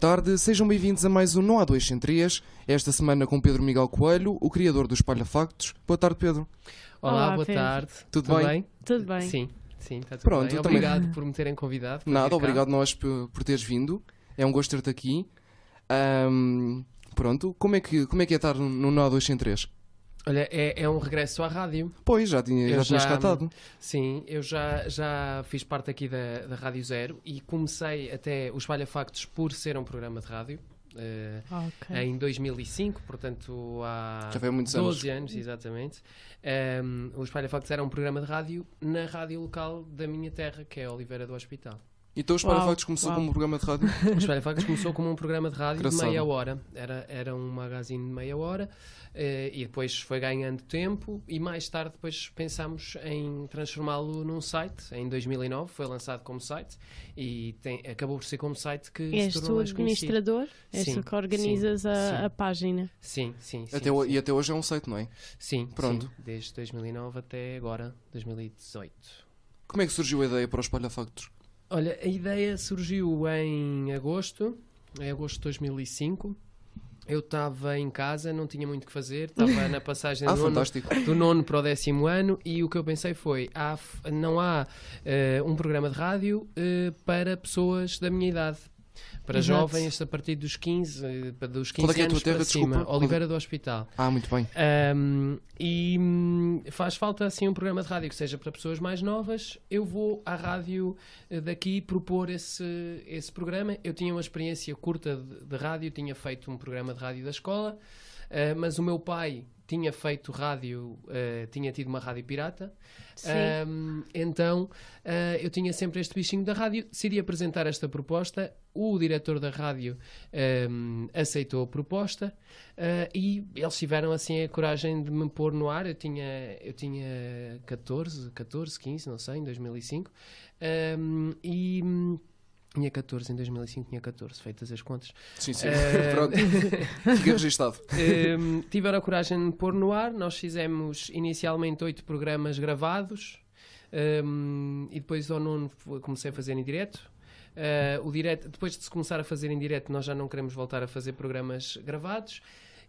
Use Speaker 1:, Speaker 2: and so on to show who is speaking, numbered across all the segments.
Speaker 1: tarde, sejam bem-vindos a mais um Não Há Dois Sem Três, esta semana com Pedro Miguel Coelho, o criador do Espalha Factos. Boa tarde, Pedro.
Speaker 2: Olá,
Speaker 3: Olá,
Speaker 2: boa
Speaker 3: Pedro.
Speaker 2: tarde.
Speaker 1: Tudo bem?
Speaker 3: Tudo bem.
Speaker 2: Sim, sim, está tudo
Speaker 1: Pronto,
Speaker 2: bem.
Speaker 1: eu também-
Speaker 2: Obrigado por me terem convidado. por vir
Speaker 1: Nada,
Speaker 2: cá.
Speaker 1: obrigado nós por, por teres vindo. É um gosto ter-te aqui. Ahm, pronto, como é, que, como é que é estar no Não Há Dois Sem Três?
Speaker 2: Olha, é, é um regresso à rádio.
Speaker 1: Pois, já, tinha,
Speaker 2: Eu
Speaker 1: já tinhas
Speaker 2: já-
Speaker 1: cá estado.
Speaker 2: Sim, eu já, já fiz parte aqui da, da Rádio Zero e comecei até os Falha Factos por ser um programa de rádio. eh,
Speaker 3: Ok.
Speaker 2: Em 2005, portanto há
Speaker 1: Já foi há muitos
Speaker 2: 12 anos, exatamente. Ahm, o Espalha Factos era um programa de rádio na rádio local da minha terra, que é Oliveira do Hospital.
Speaker 1: Então o Espalha
Speaker 3: Uau,
Speaker 1: Factos começou
Speaker 3: uau.
Speaker 1: como um programa de rádio.
Speaker 2: O Espelho Facas começou como um programa de rádio
Speaker 1: Engraçado.
Speaker 2: de meia hora. Era, era um magazine de meia hora eh, e depois foi ganhando tempo e mais tarde depois pensámos em transformá-lo num site. Em 2009 foi lançado como site e tem- acabou por ser como site que
Speaker 3: És tu
Speaker 2: se
Speaker 3: o
Speaker 2: tornou mais conhecido.
Speaker 3: administrador? És
Speaker 2: Sim,
Speaker 3: tu que organizas
Speaker 2: sim,
Speaker 3: a,
Speaker 2: sim.
Speaker 3: a página?
Speaker 2: Sim, sim, sim.
Speaker 1: até, ho-
Speaker 2: sim.
Speaker 1: E até hoje é um site, não é?
Speaker 2: Sim,
Speaker 1: Pronto.
Speaker 2: sim. Desde 2009 até agora, 2018.
Speaker 1: Como é que surgiu a ideia para o Espalha Factos?
Speaker 2: Olha, a ideia surgiu em agosto, em agosto de 2005. Eu estava em casa, não tinha muito o que fazer, estava na passagem
Speaker 1: Ah,
Speaker 2: do, nono,
Speaker 1: fantástico.
Speaker 2: do nono para o décimo ano e o que eu pensei foi, há f- não há eh, um programa de rádio eh, para pessoas da minha idade. Para
Speaker 3: Exato.
Speaker 2: jovens a partir dos 15, eh, pa- dos 15
Speaker 1: Qual é que é a tua
Speaker 2: anos
Speaker 1: terra?
Speaker 2: para cima,
Speaker 1: Desculpa.
Speaker 2: Oliveira do Hospital.
Speaker 1: Ah, muito bem.
Speaker 2: Um, e hum, faz falta assim um programa de rádio que seja para pessoas mais novas. Eu vou à rádio eh, daqui propor esse, esse programa. Eu tinha uma experiência curta de, de rádio, tinha feito um programa de rádio da escola, eh, mas o meu pai tinha feito rádio, eh, tinha tido uma rádio pirata.
Speaker 3: Sim.
Speaker 2: Um, então eh, eu tinha sempre este bichinho da rádio, decidi apresentar esta proposta. O diretor da rádio um, aceitou a proposta eh, e eles tiveram assim a coragem de me pôr no ar. Eu tinha, eu tinha 14, 14, 15, não sei, em 2005. Um, e. hum, Tinha 14, em 2005 tinha 14, feitas as contas.
Speaker 1: Sim, sim.
Speaker 2: Eh,
Speaker 1: Pronto. Fica registado.
Speaker 2: Hum, tiveram a coragem de me pôr no ar. Nós fizemos inicialmente oito programas gravados hum, e depois ao nono f- comecei a fazer em direto. Ah, o direto. Depois de se começar a fazer em direto, nós já não queremos voltar a fazer programas gravados.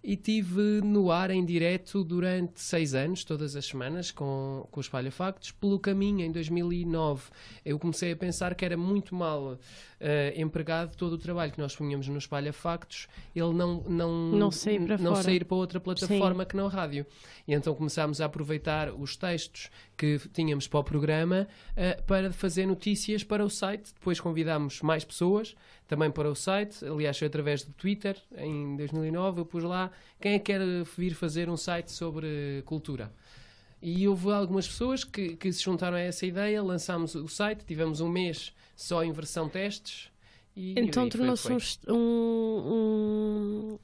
Speaker 2: E tive no ar em direto durante seis anos, todas as semanas, com, com o Espalha Factos. Pelo caminho, em 2009, eu comecei a pensar que era muito mal eh, empregado todo o trabalho que nós punhamos no Espalha Factos, ele não, não,
Speaker 3: Não sair para
Speaker 2: um, não
Speaker 3: fora.
Speaker 2: sair para outra plataforma que não a rádio. E então começámos a aproveitar os textos que tínhamos para o programa eh, para fazer notícias para o site. Depois convidámos mais pessoas também para o site. Aliás, foi através do Twitter, em 2009, eu pus lá quem é que quer vir fazer um site sobre cultura. E houve algumas pessoas que, que se juntaram a essa ideia, lançámos o site, tivemos um mês só em versão testes. E
Speaker 3: Então
Speaker 2: e foi o que
Speaker 3: tornou-se
Speaker 2: foi.
Speaker 3: um, est- um- um-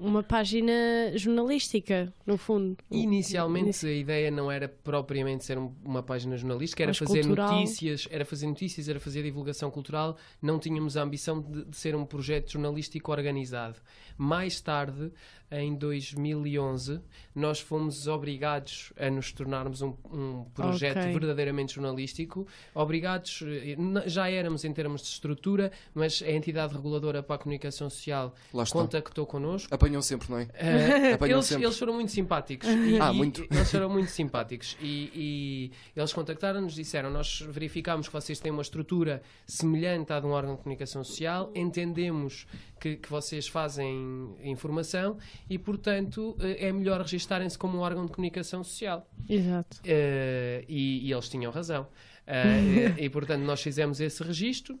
Speaker 3: uma página jornalística, no fundo.
Speaker 2: Inicialmente a ideia não era propriamente ser um- uma página jornalística, era
Speaker 3: Mas
Speaker 2: fazer
Speaker 3: cultural.
Speaker 2: notícias, era fazer notícias, era fazer divulgação cultural. Não tínhamos a ambição de, de ser um projeto jornalístico organizado. Mais tarde, em 2011, nós fomos obrigados a nos tornarmos um, um projeto
Speaker 3: Ok.
Speaker 2: verdadeiramente jornalístico. Obrigados, eh, n- já éramos em termos de estrutura, mas a entidade reguladora para a comunicação social
Speaker 1: Lá está.
Speaker 2: contactou connosco.
Speaker 1: Apanham sempre, não é?
Speaker 2: Eh,
Speaker 1: Apanham
Speaker 2: eles,
Speaker 1: sempre.
Speaker 2: eles foram muito simpáticos. E,
Speaker 1: Ah,
Speaker 2: e-
Speaker 1: muito.
Speaker 2: Eles foram muito simpáticos. E, e eles contactaram-nos, disseram: Nós verificámos que vocês têm uma estrutura semelhante à de um órgão de comunicação social, entendemos que, que vocês fazem informação e, portanto, eh, é melhor registarem-se como um órgão de comunicação social.
Speaker 3: Exato.
Speaker 2: Eh, e, e eles tinham razão. Eh, e, e, portanto, nós fizemos esse registro.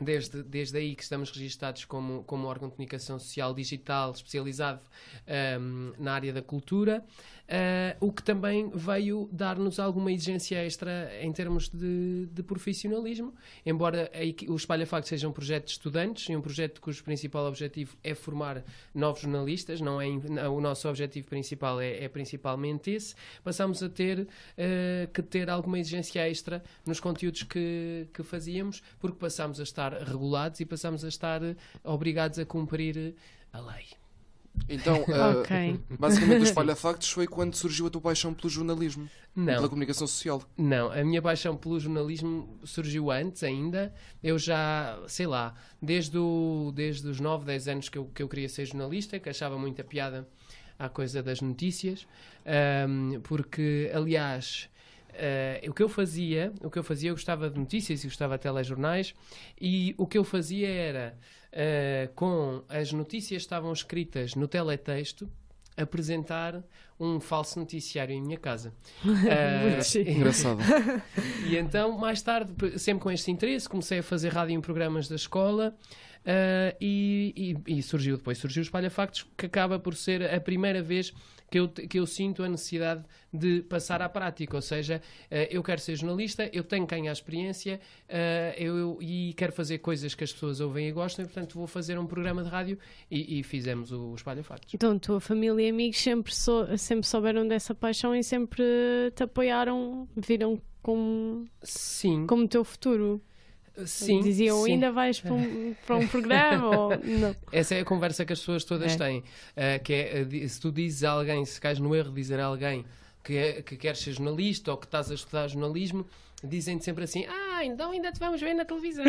Speaker 2: Desde, desde aí que estamos registados como, como órgão de comunicação social digital especializado ehm, na área da cultura, eh, o que também veio dar-nos alguma exigência extra em termos de, de profissionalismo, embora a equi- o Espalha Factos seja um projeto de estudantes e um projeto cujo principal objetivo é formar novos jornalistas, não é, in- não- o nosso objetivo principal é, é principalmente esse, passámos a ter eh, que ter alguma exigência extra nos conteúdos que, que fazíamos, porque passámos a estar regulados e passámos a estar eh, obrigados a cumprir eh, a lei.
Speaker 1: Então, ah,
Speaker 3: Ok.
Speaker 1: basicamente, o Espalha Factos foi quando surgiu a tua paixão pelo jornalismo, pela
Speaker 2: Não,
Speaker 1: comunicação social.
Speaker 2: não. A minha paixão pelo jornalismo surgiu antes ainda. Eu já, sei lá, desde, o- desde os 9, 10 anos que eu, que eu queria ser jornalista, que achava muita piada à coisa das notícias, ahm, porque, aliás. eh, o que eu fazia, o que eu fazia, eu gostava de notícias e gostava de telejornais, e o que eu fazia era eh, com as notícias que estavam escritas no teletexto apresentar um falso noticiário em minha casa. Eh,
Speaker 3: Muito giro.
Speaker 1: Engraçado.
Speaker 2: e então, mais tarde, p- sempre com este interesse, comecei a fazer rádio em programas da escola ah, e, e- e surgiu depois, surgiu o Espalha Factos, que acaba por ser a primeira vez que eu, te- que eu sinto a necessidade de passar à prática, ou seja, ah, eu quero ser jornalista, eu tenho que ganhar experiência ah, eu, eu- e quero fazer coisas que as pessoas ouvem e gostam, e portanto vou fazer um programa de rádio e, e fizemos o Espalha Factos.
Speaker 3: Então, tua família e amigos sempre, sou- sempre souberam dessa paixão e sempre te apoiaram, viram como,
Speaker 2: Sim,
Speaker 3: como teu futuro.
Speaker 2: sim.
Speaker 3: Diziam,
Speaker 2: sim.
Speaker 3: ainda vais para um, para um programa? ou... Não.
Speaker 2: Essa é a conversa que as pessoas todas
Speaker 3: É.
Speaker 2: têm. eh, que é, eh, di- se tu dizes a alguém, se cais no erro de dizer a alguém que, é- que queres ser jornalista ou que estás a estudar jornalismo, dizem-te sempre assim: Ah, então ainda te vamos ver na televisão.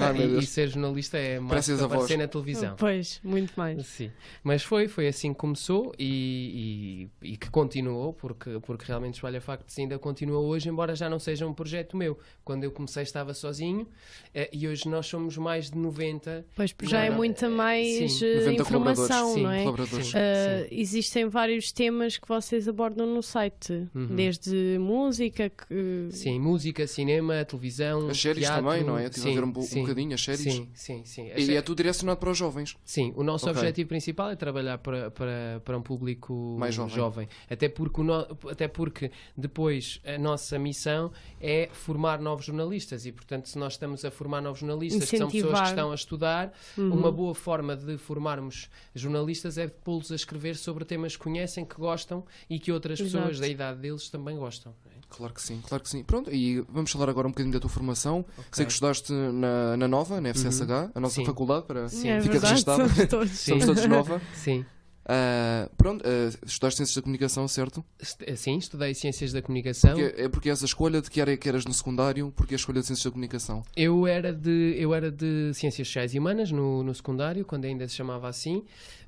Speaker 1: Ai, meu
Speaker 2: e, e
Speaker 1: Deus.
Speaker 2: ser jornalista é mais
Speaker 1: Pareces
Speaker 2: que
Speaker 1: a voz.
Speaker 2: aparecer na televisão.
Speaker 3: Pois, muito mais.
Speaker 2: Sim, mas foi, foi assim que começou e, e- e que continuou, porque, porque realmente Espalha Factos ainda continua hoje, embora já não seja um projeto meu. Quando eu comecei estava sozinho eh, e hoje nós somos mais de 90
Speaker 3: Pois, porque já
Speaker 2: Não,
Speaker 3: é
Speaker 2: não,
Speaker 3: muita
Speaker 2: é-
Speaker 3: mais
Speaker 2: sim.
Speaker 3: eh,
Speaker 1: 90
Speaker 3: informação,
Speaker 2: Sim,
Speaker 3: não é?
Speaker 1: Colaboradores.
Speaker 2: Sim.
Speaker 3: Uh, existem vários temas que vocês abordam no site,
Speaker 2: Uhum.
Speaker 3: desde música que
Speaker 2: Sim, música, cinema, televisão.
Speaker 1: As séries
Speaker 2: teatro,
Speaker 1: também, não é? Estive a
Speaker 2: sim,
Speaker 1: ver um, bo- um
Speaker 2: sim,
Speaker 1: bocadinho as séries.
Speaker 2: Sim, sim, sim. As
Speaker 1: E é
Speaker 2: sé-
Speaker 1: tudo direcionado para os jovens.
Speaker 2: Sim, o nosso
Speaker 1: Ok.
Speaker 2: objetivo principal é trabalhar para, para, para um público
Speaker 1: Mais jovem.
Speaker 2: Até, porque o no- até porque depois a nossa missão é formar novos jornalistas e, portanto, se nós estamos a formar novos jornalistas, que são pessoas
Speaker 3: Incentivar. Uhum.
Speaker 2: que estão a estudar, uma boa forma de formarmos jornalistas é de pô-los a escrever sobre temas que conhecem, que gostam e que outras pessoas
Speaker 3: Exato.
Speaker 2: da idade deles também gostam. não é?
Speaker 1: Claro que sim, claro que sim. Pronto, e vamos falar agora um bocadinho da tua formação. Sei que estudaste na, na Nova, na FCSH, a nossa
Speaker 2: Uhum. Sim.
Speaker 1: faculdade, para
Speaker 2: Sim.
Speaker 3: é
Speaker 1: fica
Speaker 3: verdade,
Speaker 1: registado.
Speaker 3: somos todos.
Speaker 1: Somos todos Nova.
Speaker 2: Sim.
Speaker 1: Ah, pronto, ah, estudaste Ciências da Comunicação, certo?
Speaker 2: Est- Sim, estudei Ciências da Comunicação.
Speaker 1: Porque, é porque essa escolha de que área que eras no secundário, porque é a escolha de Ciências da Comunicação.
Speaker 2: Eu, era de, eu era de Ciências Sociais e Humanas no, no secundário, quando ainda se chamava assim.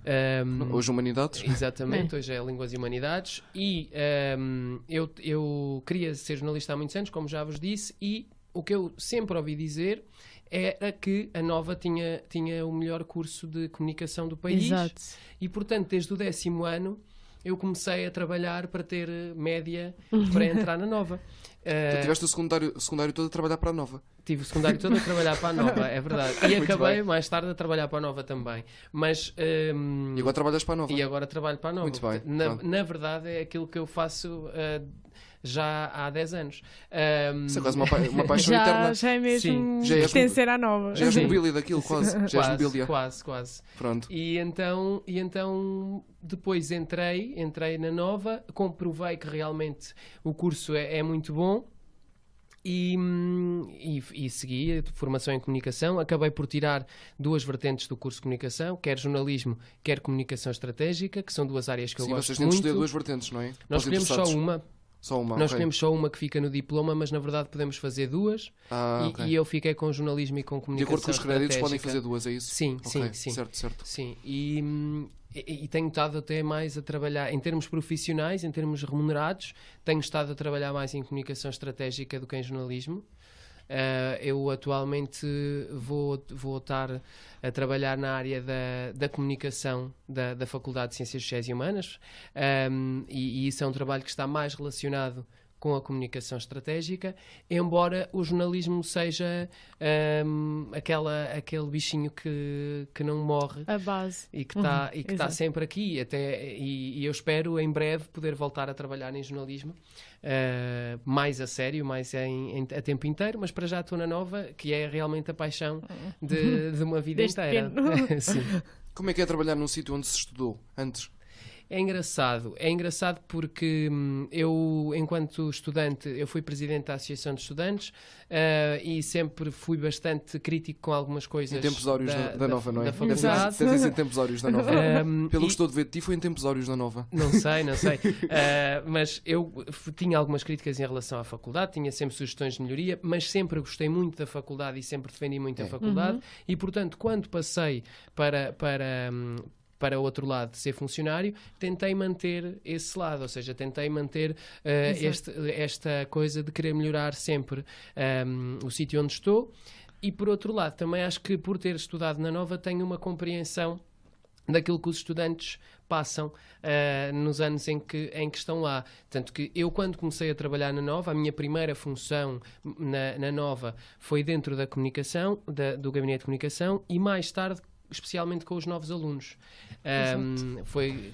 Speaker 2: Ahm,
Speaker 1: Hoje Humanidades.
Speaker 2: Exatamente, hoje é Línguas e Humanidades. E ahm, eu, eu queria ser jornalista há muitos anos, como já vos disse, e o que eu sempre ouvi dizer era que a Nova tinha, tinha o melhor curso de comunicação do país.
Speaker 3: Exato.
Speaker 2: E, portanto, desde o décimo ano, eu comecei a trabalhar para ter eh, média para entrar na Nova. Ah,
Speaker 1: Tu tiveste o secundário, o secundário todo a trabalhar para a Nova.
Speaker 2: Tive o secundário todo a trabalhar para a Nova, é verdade. E
Speaker 1: Muito
Speaker 2: acabei
Speaker 1: bem.
Speaker 2: mais tarde a trabalhar para a Nova também. Mas. hum,
Speaker 1: E agora trabalhas para a Nova.
Speaker 2: e agora trabalho para a Nova.
Speaker 1: Muito bem,
Speaker 2: Na,
Speaker 1: pronto.
Speaker 2: na verdade, é aquilo que eu faço ah, já há 10 anos. Hum,
Speaker 1: Isso é quase uma, pa- uma paixão
Speaker 3: Já,
Speaker 1: eterna.
Speaker 3: já é mesmo
Speaker 2: então, Sim.
Speaker 1: Já és
Speaker 3: pertencer à nova.
Speaker 1: Já és
Speaker 2: Sim.
Speaker 1: mobília daquilo, quase. Já és
Speaker 2: Quase,
Speaker 1: mobília.
Speaker 2: quase, quase.
Speaker 1: Pronto.
Speaker 2: E então, e então depois entrei, entrei na Nova, comprovei que realmente o curso é, é muito bom e, hum, e, e segui a formação em comunicação. Acabei por tirar duas vertentes do curso de comunicação, quer jornalismo, quer comunicação estratégica, que são duas áreas que
Speaker 1: Sim,
Speaker 2: eu
Speaker 1: vocês têm
Speaker 2: gosto
Speaker 1: de
Speaker 2: muito.
Speaker 1: escolher duas vertentes, não é? Para
Speaker 2: Nós
Speaker 1: os
Speaker 2: escolhemos só
Speaker 1: interessados.
Speaker 2: uma,
Speaker 1: Só uma.
Speaker 2: nós
Speaker 1: ok.
Speaker 2: escolhemos só uma que fica no diploma, mas na verdade podemos fazer duas.
Speaker 1: Ah,
Speaker 2: e,
Speaker 1: ok.
Speaker 2: e eu fiquei com jornalismo e com
Speaker 1: De
Speaker 2: comunicação
Speaker 1: acordo com os créditos, podem
Speaker 2: estratégica.
Speaker 1: fazer duas, é isso?
Speaker 2: Sim,
Speaker 1: Ok,
Speaker 2: sim, sim.
Speaker 1: Certo, certo.
Speaker 2: Sim, e, hum, e- e tenho estado até mais a trabalhar em termos profissionais, em termos remunerados, tenho estado a trabalhar mais em comunicação estratégica do que em jornalismo. Ah, eu atualmente vou, vou estar a trabalhar na área da, da comunicação da, da Faculdade de Ciências Sociais e Humanas ahm, e, e isso é um trabalho que está mais relacionado com a comunicação estratégica, embora o jornalismo seja ahm, aquela, aquele bichinho que, que não morre
Speaker 3: A base.
Speaker 2: e que está e que está
Speaker 3: Uhum, exato.
Speaker 2: sempre aqui até e, e eu espero em breve poder voltar a trabalhar em jornalismo eh, mais a sério mais em, em- a tempo inteiro mas para já estou na nova que é realmente a paixão de, de uma vida
Speaker 3: Desde
Speaker 2: inteira
Speaker 3: pequeno.
Speaker 2: Sim.
Speaker 1: Como é que é trabalhar num sítio onde se estudou antes?
Speaker 2: É engraçado, é engraçado porque hum, eu, enquanto estudante, eu fui presidente da Associação de Estudantes eh, e sempre fui bastante crítico com algumas coisas.
Speaker 1: Em tempos óreos da, da Nova, não é?
Speaker 2: Da
Speaker 1: Deve ter-
Speaker 2: faculdade.
Speaker 1: Deve ter sido em tempos óreos da Nova.
Speaker 2: Hum,
Speaker 1: Pelo
Speaker 2: e-
Speaker 1: que estou de ver de ti, foi em tempos óreos da Nova.
Speaker 2: Não sei, não sei. Ah, mas eu f- tinha algumas críticas em relação à faculdade, tinha sempre sugestões de melhoria, mas sempre gostei muito da faculdade e sempre defendi muito
Speaker 1: É.
Speaker 2: a faculdade. E, portanto, quando passei para. para hum, para o outro lado de ser funcionário, tentei manter esse lado, ou seja, tentei manter ah,
Speaker 4: Exato.
Speaker 2: este- esta coisa de querer melhorar sempre hum, o sítio onde estou. E por outro lado, também acho que por ter estudado na Nova, tenho uma compreensão daquilo que os estudantes passam ah, nos anos em que, em que estão lá. Tanto que eu, quando comecei a trabalhar na Nova, a minha primeira função na, na Nova foi dentro da comunicação, da- do gabinete de comunicação, e mais tarde, especialmente com os novos alunos. Ahm, foi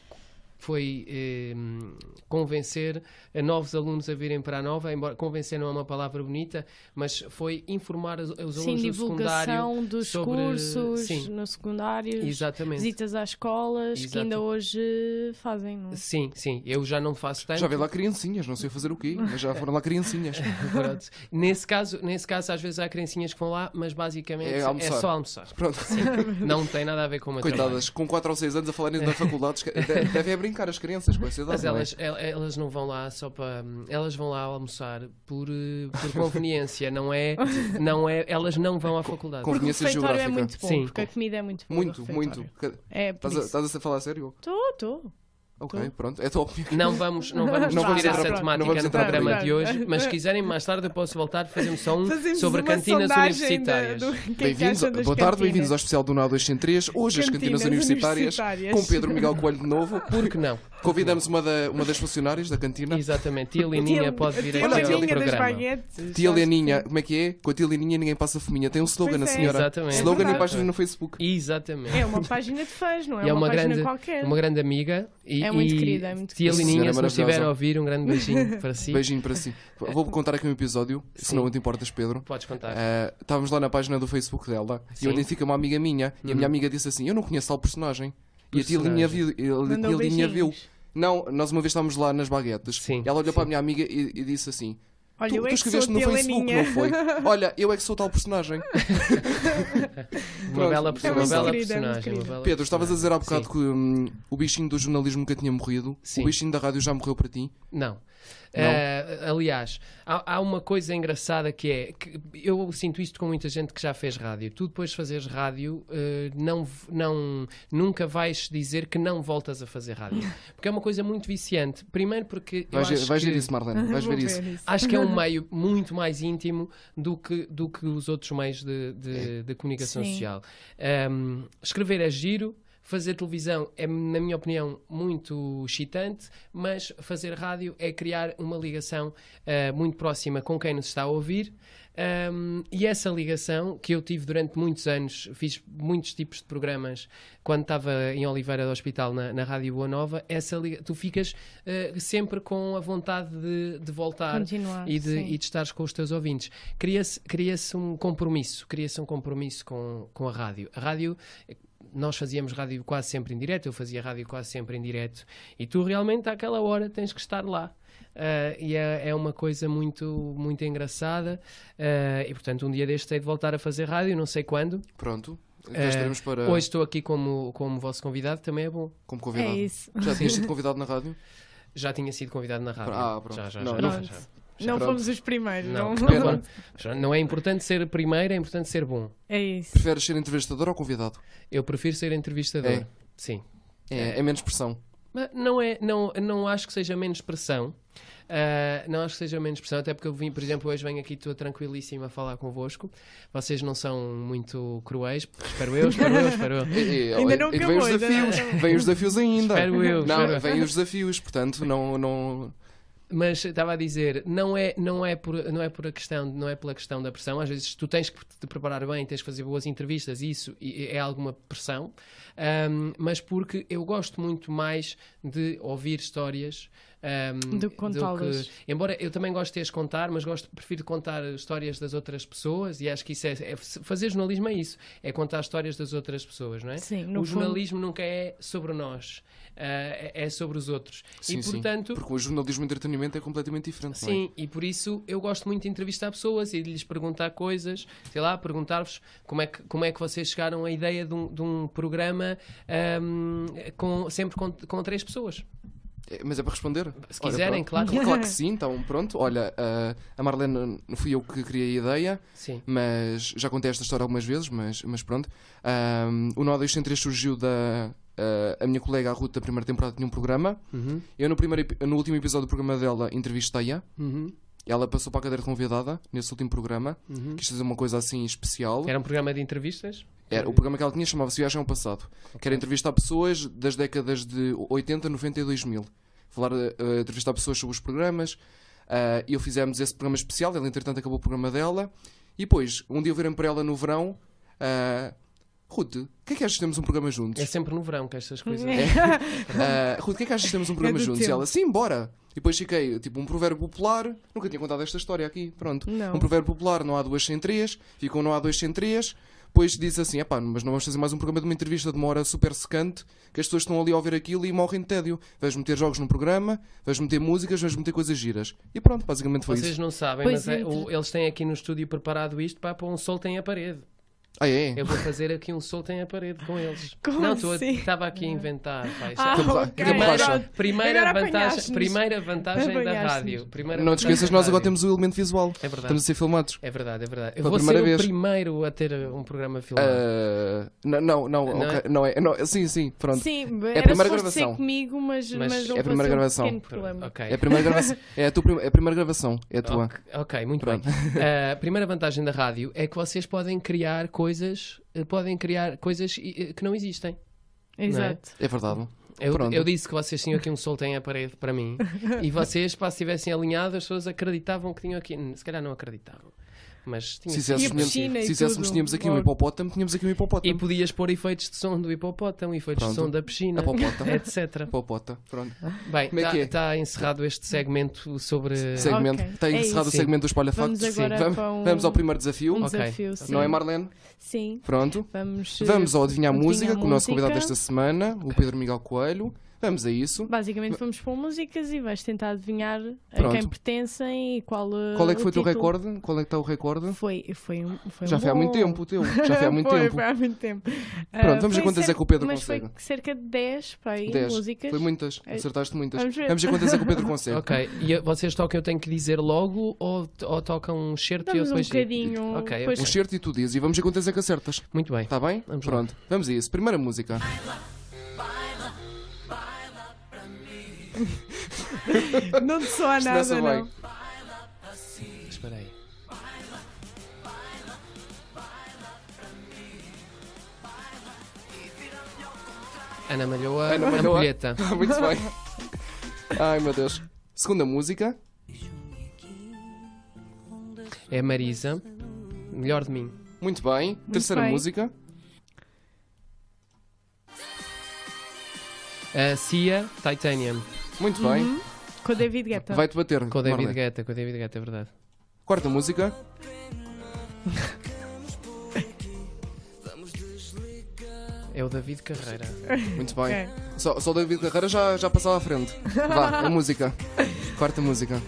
Speaker 2: foi ehm, convencer a novos alunos a virem para a Nova, embora convencer não é uma palavra bonita, mas foi informar os, os alunos
Speaker 3: Sim,
Speaker 2: do secundário.
Speaker 3: divulgação dos
Speaker 2: sobre-
Speaker 3: cursos
Speaker 2: sim.
Speaker 3: no secundário,
Speaker 2: Exatamente.
Speaker 3: visitas às escolas que
Speaker 2: Exato.
Speaker 3: ainda hoje eh, fazem, não é?
Speaker 2: Sim, sim, eu já não faço tanto.
Speaker 1: Já vi lá criancinhas, não sei fazer o quê, mas já foram lá criancinhas.
Speaker 2: Pronto. nesse, caso, nesse caso, às vezes há criancinhas que vão lá, mas basicamente
Speaker 1: É
Speaker 2: é,
Speaker 1: almoçar.
Speaker 2: só almoçar.
Speaker 1: Pronto,
Speaker 3: Uhum.
Speaker 2: Não tem nada a ver com o meu trabalho.
Speaker 1: coitadas, com 4 ou 6 anos a falarem da faculdade, esque- de- devem é brincar as crianças com essa idade.
Speaker 2: Mas
Speaker 1: não é?
Speaker 2: elas, el- elas não vão lá só para. Elas vão lá almoçar por, eh, por conveniência, não é, não é? Elas não vão à faculdade.
Speaker 1: com-
Speaker 3: Porque o
Speaker 1: Conveniência
Speaker 3: refeitório é
Speaker 1: geográfica.
Speaker 3: muito bom,
Speaker 2: Sim.
Speaker 3: porque a comida é muito boa.
Speaker 1: Muito, muito. Ca-
Speaker 3: É, por
Speaker 1: Estás a,
Speaker 2: tá-
Speaker 3: isso.
Speaker 1: estás a falar a sério?
Speaker 3: Estou, estou.
Speaker 1: Ok,
Speaker 3: Tô.
Speaker 1: pronto. É top.
Speaker 2: Não vamos, não vamos
Speaker 1: Não vamos
Speaker 2: discutir
Speaker 1: entrar-
Speaker 2: essa
Speaker 1: não
Speaker 2: temática
Speaker 1: vamos
Speaker 2: no
Speaker 1: entrar por
Speaker 2: programa
Speaker 1: aí.
Speaker 2: de hoje, mas se quiserem mais tarde eu posso voltar a fazer-me só um
Speaker 4: Fazemos
Speaker 2: sobre
Speaker 4: uma
Speaker 2: cantinas
Speaker 4: sondagem da-
Speaker 2: universitárias.
Speaker 4: do-
Speaker 1: Bem-vindos, boa tarde, bem-vindos ao especial do Nau 203. Hoje as cantinas
Speaker 4: Cantinas
Speaker 1: universitárias,
Speaker 4: universitárias.
Speaker 1: com Pedro Miguel Coelho de novo.
Speaker 2: Por que não?
Speaker 1: Convidamos uma, da- uma das funcionárias da cantina.
Speaker 2: Exatamente, tia Lininha pode vir
Speaker 1: Olha,
Speaker 2: aqui ao
Speaker 1: Leninha
Speaker 4: das
Speaker 2: programa.
Speaker 4: baguetes.
Speaker 1: Tia Leninha, como é que é? Com a Tia Leninha ninguém passa fominha. Tem um slogan, a
Speaker 4: Pois é.
Speaker 1: senhora.
Speaker 2: Exatamente.
Speaker 1: Slogan e
Speaker 4: Verdade.
Speaker 1: página no Facebook.
Speaker 2: Exatamente.
Speaker 4: É uma página de fãs, não é,
Speaker 2: E é
Speaker 4: uma,
Speaker 2: uma
Speaker 4: página
Speaker 2: grande-
Speaker 4: qualquer.
Speaker 2: Uma grande amiga e,
Speaker 3: É muito
Speaker 2: e
Speaker 3: querida, é muito
Speaker 2: tia
Speaker 1: querida.
Speaker 2: Lininha, se
Speaker 1: Senhora
Speaker 2: nos estiver
Speaker 1: maravilhosa.
Speaker 2: a ouvir, um grande beijinho para si.
Speaker 1: Beijinho para si. Vou contar aqui um episódio, se
Speaker 2: Sim.
Speaker 1: não te importas, Pedro.
Speaker 2: Podes contar.
Speaker 1: Ah, estávamos lá na página do Facebook dela e
Speaker 2: Sim. Uhum.
Speaker 1: onde fica uma amiga minha. E a minha amiga disse assim: Eu não conheço tal personagem. E a tia
Speaker 2: Personagem.
Speaker 1: Linha viu. e A tia
Speaker 4: Mandou
Speaker 1: Linha
Speaker 4: beijinhos.
Speaker 1: viu. Não, nós uma vez estávamos lá nas baguetes.
Speaker 2: Sim,
Speaker 1: Ela olhou
Speaker 2: sim.
Speaker 1: para a minha amiga e, e disse assim:
Speaker 4: Olha,
Speaker 1: Tu,
Speaker 4: eu
Speaker 1: tu
Speaker 4: é que sou
Speaker 1: escreveste no
Speaker 4: tia
Speaker 1: Facebook,
Speaker 4: Leninha.
Speaker 1: não foi? Olha, eu é que sou tal personagem.
Speaker 2: uma
Speaker 1: pronto,
Speaker 2: bela,
Speaker 1: é
Speaker 2: uma
Speaker 1: muito
Speaker 2: bela
Speaker 4: querida, é muito
Speaker 2: personagem. uma
Speaker 4: querida.
Speaker 2: bela
Speaker 1: Pedro, estavas a dizer há bocado
Speaker 2: Sim.
Speaker 1: que hum, o bichinho do jornalismo nunca tinha morrido.
Speaker 2: Sim.
Speaker 1: O bichinho da rádio já morreu para ti.
Speaker 2: Não. Eh, aliás, há, há uma coisa engraçada que é que eu sinto isto com muita gente que já fez rádio. Tu depois de fazeres rádio, eh, não, v- não, nunca vais dizer que não voltas a fazer rádio. Porque é uma coisa muito viciante. Primeiro porque eu
Speaker 1: Vais, ver-
Speaker 2: acho
Speaker 1: vais
Speaker 2: que...
Speaker 1: ver isso, Marlene. Vais
Speaker 4: Vou
Speaker 1: ver isso.
Speaker 2: Acho que é um meio muito mais íntimo do que, do que os outros meios de, de- de comunicação
Speaker 4: Sim.
Speaker 2: social. Um, escrever é giro, fazer televisão é, na minha opinião, muito excitante, mas fazer rádio é criar uma ligação uh, muito próxima com quem nos está a ouvir. Um, e essa ligação que eu tive durante muitos anos, fiz muitos tipos de programas quando estava em Oliveira do Hospital na, na Rádio Boa Nova, essa liga- tu ficas uh, sempre com a vontade de, de voltar
Speaker 4: Continuar,
Speaker 2: e de,
Speaker 4: sim.
Speaker 2: e de estares com os teus ouvintes. Cria-se cria um compromisso, cria-se um compromisso com, com a rádio. A rádio, nós fazíamos rádio quase sempre em direto, eu fazia rádio quase sempre em direto, e tu realmente àquela hora tens que estar lá. Ah, e é, é uma coisa muito, muito engraçada. Ah, e portanto, um dia deste hei de voltar a fazer rádio, não sei quando.
Speaker 1: Pronto. Já estaremos para,
Speaker 2: Eh, Hoje estou aqui como, como vosso convidado, também é bom.
Speaker 1: como
Speaker 3: É
Speaker 1: convidado.
Speaker 3: isso.
Speaker 1: Já tinhas sido convidado na rádio?
Speaker 2: Já tinha sido convidado na rádio.
Speaker 1: Ah, pronto.
Speaker 2: Já, já,
Speaker 1: Não,
Speaker 2: já,
Speaker 1: não.
Speaker 2: já, já.
Speaker 4: Não
Speaker 1: Pronto.
Speaker 4: fomos os primeiros, não.
Speaker 2: Não,
Speaker 1: Pedro.
Speaker 2: não, não é importante ser primeiro, é importante ser bom.
Speaker 3: É isso.
Speaker 1: Preferes ser entrevistador ou convidado?
Speaker 2: Eu prefiro ser entrevistador.
Speaker 1: É.
Speaker 2: Sim.
Speaker 1: É, é menos pressão.
Speaker 2: Mas não, é, não, não acho que seja menos pressão. Ah, não acho que seja menos pressão, até porque eu vim, por exemplo, hoje venho aqui estou tranquilíssimo a falar convosco. Vocês não são muito cruéis, espero eu, espero eu, espero eu.
Speaker 1: É, é,
Speaker 4: Ainda
Speaker 1: é
Speaker 4: não
Speaker 1: que vem
Speaker 4: acabou,
Speaker 1: os
Speaker 4: ainda
Speaker 1: desafios. Vem os desafios ainda.
Speaker 2: Espero eu, espero
Speaker 1: Não,
Speaker 2: eu.
Speaker 1: vêm os desafios, portanto, não. não...
Speaker 2: Mas estava a dizer, não é, não é, por, não é por a questão, não é pela questão da pressão. Às vezes tu tens que te preparar bem, tens que fazer boas entrevistas, isso e- é alguma pressão. Ahm, mas porque eu gosto muito mais de ouvir histórias um,
Speaker 3: Do que contá-las.
Speaker 2: Embora eu também gosto de as contar, mas gosto, prefiro contar histórias das outras pessoas e acho que isso é, é- fazer jornalismo é isso, é contar histórias das outras pessoas, não é?
Speaker 4: Sim, no
Speaker 2: o
Speaker 4: fundo-
Speaker 2: jornalismo nunca é sobre nós, ah, é é sobre os outros.
Speaker 1: Sim,
Speaker 2: e
Speaker 1: sim.
Speaker 2: portanto,
Speaker 1: Porque o jornalismo de entretenimento é completamente diferente, não é?
Speaker 2: Sim, e por isso eu gosto muito de entrevistar pessoas e de lhes perguntar coisas, sei lá, perguntar-vos como, é que- como é que vocês chegaram à ideia de um, de um programa ahm, com, sempre com, com três pessoas.
Speaker 1: É, Mas é para responder?
Speaker 2: Se
Speaker 1: Olha,
Speaker 2: quiserem,
Speaker 1: pronto.
Speaker 2: claro.
Speaker 1: Claro que sim, então pronto. Olha, ah, a Marlene não fui eu que criei a ideia,
Speaker 2: Sim.
Speaker 1: mas já contei esta história algumas vezes, mas, mas pronto. Ah, o Nó 203 surgiu da. ah, a minha colega, a Ruth, da primeira temporada, tinha um programa.
Speaker 2: Uhum.
Speaker 1: Eu, no, primeiro, epi- no último episódio do programa dela, entrevistei-a.
Speaker 2: Uhum.
Speaker 1: Ela passou para a cadeira de convidada nesse último programa. Quis fazer uma coisa assim especial.
Speaker 2: Era um programa de entrevistas?
Speaker 1: Era, o programa que ela tinha chamava-se Viagem ao Passado, que era entrevistar pessoas das décadas de 80, 90 e 2000. Falar, eh, entrevistar pessoas sobre os programas. Ah, e eu fizemos esse programa especial. Ela, entretanto, acabou o programa dela. E depois, um dia viram para ela no verão: ah, Ruth, o que é que achas que temos um programa juntos?
Speaker 2: É sempre no verão que estas coisas.
Speaker 1: Ah, Ruth, o que é que achas que temos um programa
Speaker 4: É do
Speaker 1: juntos? E
Speaker 4: tempo.
Speaker 1: ela, sim, bora. E depois fiquei, tipo, um provérbio popular. Nunca tinha contado esta história aqui, pronto.
Speaker 4: Não.
Speaker 1: Um provérbio popular, não há duas sem três. Ficou um não há dois sem três. Depois disse assim, epá, mas não vamos fazer mais um programa de uma entrevista de uma hora super secante, que as pessoas estão ali a ouvir aquilo e morrem de tédio. Vais meter jogos num programa, vais meter músicas, vais meter coisas giras. E pronto, basicamente foi
Speaker 2: Vocês
Speaker 1: isso.
Speaker 2: não sabem,
Speaker 3: Pois
Speaker 2: mas é,
Speaker 3: é,
Speaker 2: o- eles têm aqui no estúdio preparado isto para pôr um soltem à parede.
Speaker 1: Ah, é?
Speaker 2: Eu vou fazer aqui um soltem à parede com eles.
Speaker 4: Como
Speaker 2: não, tô a-
Speaker 4: assim?
Speaker 2: estava aqui a inventar. pá, isto é-
Speaker 4: Ah,
Speaker 1: Campa-
Speaker 4: ok.
Speaker 1: Campacha.
Speaker 4: Agora-
Speaker 2: Primeira
Speaker 4: agora
Speaker 2: vantagem,
Speaker 4: apanhaste-nos.
Speaker 2: primeira vantagem da
Speaker 4: Apanhaste-nos.
Speaker 2: rádio. Primeira
Speaker 1: Não te
Speaker 2: vantagem
Speaker 1: esqueças,
Speaker 2: da
Speaker 1: nós agora
Speaker 2: rádio.
Speaker 1: temos o elemento visual.
Speaker 2: É verdade.
Speaker 1: Estamos a ser filmados.
Speaker 2: É verdade, é verdade. Eu
Speaker 1: Pela
Speaker 2: vou ser
Speaker 1: primeira
Speaker 2: o
Speaker 1: vez.
Speaker 2: primeiro a ter um programa filmado.
Speaker 1: Ah, não, não, não,
Speaker 2: Não é?
Speaker 1: ok, não é. não, sim, sim, pronto.
Speaker 3: Sim,
Speaker 1: a
Speaker 3: era
Speaker 1: primeira
Speaker 3: suposto ser
Speaker 1: gravação.
Speaker 3: comigo, mas,
Speaker 2: Mas
Speaker 3: mas, não
Speaker 1: é a primeira
Speaker 3: passou
Speaker 1: gravação.
Speaker 3: Um pequeno
Speaker 4: Ah,
Speaker 3: problema.
Speaker 2: Ok.
Speaker 1: É a primeira gravação. É a, tua prim- é a primeira gravação. É a tua.
Speaker 2: Ok, ok, muito
Speaker 1: Pronto.
Speaker 2: bem. A primeira vantagem da rádio é que vocês podem criar coisas, eh, podem criar coisas eh, que não existem.
Speaker 3: Exato.
Speaker 1: É verdade.
Speaker 2: Eu,
Speaker 1: Pronto.
Speaker 2: eu disse que vocês tinham aqui um soltem à parede para mim e vocês, pá, se estivessem alinhados, as pessoas acreditavam que tinham aqui. Se calhar não acreditavam, mas tinha
Speaker 1: Se
Speaker 3: E a
Speaker 1: fizéssemos,
Speaker 3: piscina e
Speaker 1: se fizéssemos
Speaker 3: tudo,
Speaker 1: tínhamos aqui um
Speaker 3: logo.
Speaker 1: hipopótamo, tínhamos aqui um
Speaker 2: E
Speaker 1: hipopótamo.
Speaker 2: podias pôr efeitos de som do hipopótamo, efeitos
Speaker 1: Pronto.
Speaker 2: de som da piscina,
Speaker 1: A popota.
Speaker 2: etc.
Speaker 1: Hipopota. Pronto.
Speaker 3: Ah,
Speaker 2: Bem,
Speaker 1: Como é que
Speaker 2: está
Speaker 1: é?
Speaker 2: encerrado este segmento sobre.
Speaker 1: Segmento.
Speaker 3: ok.
Speaker 1: Está
Speaker 3: É
Speaker 1: encerrado o
Speaker 2: isso.
Speaker 1: segmento dos palha-factos.
Speaker 3: Vamos agora
Speaker 1: Vamos,
Speaker 3: para um-
Speaker 1: vamos ao primeiro desafio.
Speaker 3: Um
Speaker 2: Ok.
Speaker 3: desafio, sim.
Speaker 1: Não é, Marlene?
Speaker 3: Sim.
Speaker 1: Pronto.
Speaker 3: Vamos, eh,
Speaker 1: Vamos ao
Speaker 3: adivinhar
Speaker 1: Adivinhar Música, com o nosso convidado
Speaker 3: música.
Speaker 1: desta semana, o Pedro Miguel Coelho. Vamos a isso.
Speaker 3: Basicamente vamos pôr músicas e vais tentar adivinhar a
Speaker 1: Pronto.
Speaker 3: quem pertencem e qual eh,
Speaker 1: Qual é que foi o teu
Speaker 3: título.
Speaker 1: recorde? Qual é que está o recorde?
Speaker 3: Foi, foi, um- foi
Speaker 1: Já
Speaker 3: um
Speaker 1: foi há muito
Speaker 3: bom.
Speaker 1: tempo o teu. Já foi há muito
Speaker 4: Foi,
Speaker 1: tempo.
Speaker 4: foi há muito tempo. Ah,
Speaker 1: Pronto, vamos ver
Speaker 4: foi
Speaker 1: quantas é
Speaker 4: cerca-
Speaker 1: que o Pedro
Speaker 3: Eh, Mas
Speaker 1: consegue.
Speaker 3: foi cerca de 10 para aí,
Speaker 1: 10.
Speaker 3: músicas. É.
Speaker 1: Foi muitas. Acertaste muitas.
Speaker 3: Vamos ver.
Speaker 1: Vamos ver quantas é que o Pedro consegue.
Speaker 2: Ok, e eh, vocês tocam, eu tenho que dizer logo ou, ou tocam um certo e eu
Speaker 3: Damos um
Speaker 2: depois. digo?
Speaker 3: bocadinho.
Speaker 2: Ok,
Speaker 3: depois-
Speaker 1: Um certo e tu dizes. E vamos ver quantas é que acertas.
Speaker 2: Muito bem.
Speaker 1: Está Tá bem?
Speaker 2: Vamos lá.
Speaker 1: Pronto. Vamos a isso. Primeira música.
Speaker 4: Não te soa
Speaker 1: Começa
Speaker 4: nada,
Speaker 1: bem.
Speaker 4: não.
Speaker 2: Espera aí. Ana Malhoa,
Speaker 1: Ana
Speaker 2: a
Speaker 1: Malhoa.
Speaker 2: Ampulheta.
Speaker 1: Ah, Muito bem. Ai meu Deus. Segunda música.
Speaker 2: É a Marisa. Melhor de mim.
Speaker 1: Muito bem. Terceira
Speaker 3: bem.
Speaker 1: música.
Speaker 2: A Cia Titanium.
Speaker 1: Muito bem.
Speaker 3: Com o David Guetta.
Speaker 1: Vai-te bater.
Speaker 2: Uhum. Tá. Com o David
Speaker 1: Marlene.
Speaker 2: Guetta, com o David Guetta, é verdade.
Speaker 1: Quarta música.
Speaker 2: É o David Carreira.
Speaker 1: Muito bem. Só, só o David Carreira já, já passava à frente. Vá, a música. Quarta música.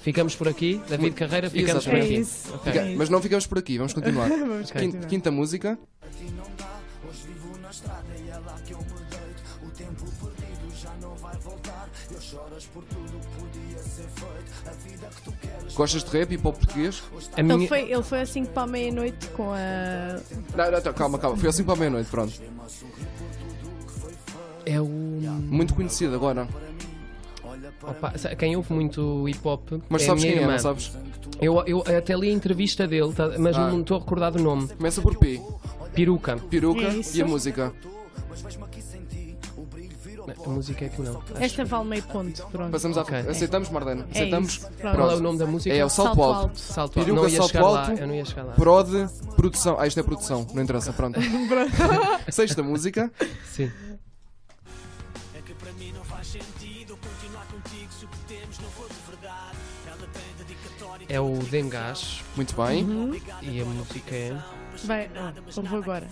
Speaker 2: Ficamos por aqui, David Carreira, ficamos por
Speaker 1: Exatamente.
Speaker 4: É
Speaker 2: aqui.
Speaker 4: isso.
Speaker 2: Ok.
Speaker 1: Fica- Mas não ficamos por aqui, vamos continuar.
Speaker 4: Vamos
Speaker 1: Quin-
Speaker 4: continuar.
Speaker 1: Quinta música. Gostas de rap e pop português?
Speaker 2: A
Speaker 3: Ele,
Speaker 2: minha-
Speaker 3: foi, ele foi assim para a meia-noite com a.
Speaker 1: Não, não, tá, calma, calma. Foi assim para a meia-noite, pronto.
Speaker 2: É o.
Speaker 1: Muito conhecido agora.
Speaker 2: Opa, sa- quem ouve muito hip hop.
Speaker 1: Mas
Speaker 2: é a
Speaker 1: sabes
Speaker 2: minha
Speaker 1: quem é,
Speaker 2: irmã.
Speaker 1: não sabes?
Speaker 2: Eu, eu até li a entrevista dele, tá- mas
Speaker 1: Ah.
Speaker 2: não estou a recordar do nome.
Speaker 1: Começa por P.
Speaker 2: Peruca.
Speaker 1: Peruca
Speaker 3: É isso.
Speaker 1: e a música.
Speaker 2: A música é que não.
Speaker 3: Esta vale meio ponto. Pronto.
Speaker 1: Passamos à
Speaker 2: Ok.
Speaker 1: frente. Aceitamos, Marlene?
Speaker 3: É
Speaker 1: Aceitamos?
Speaker 3: isso.
Speaker 2: Qual é o
Speaker 1: Pronto.
Speaker 2: nome da música?
Speaker 1: É o Salto
Speaker 3: Salto
Speaker 1: Alto.
Speaker 3: alto.
Speaker 2: Salto Alto.
Speaker 1: Peruca,
Speaker 2: Não ia
Speaker 1: Salto
Speaker 2: chegar lá.
Speaker 1: Alto.
Speaker 2: Eu não ia chegar lá.
Speaker 1: Prod, produção. Ah, isto é produção, não interessa, pronto. Sexta música.
Speaker 2: Sim. é o Dengas
Speaker 1: Muito bem.
Speaker 2: e a música é.
Speaker 4: Vai, ah, então vou agora.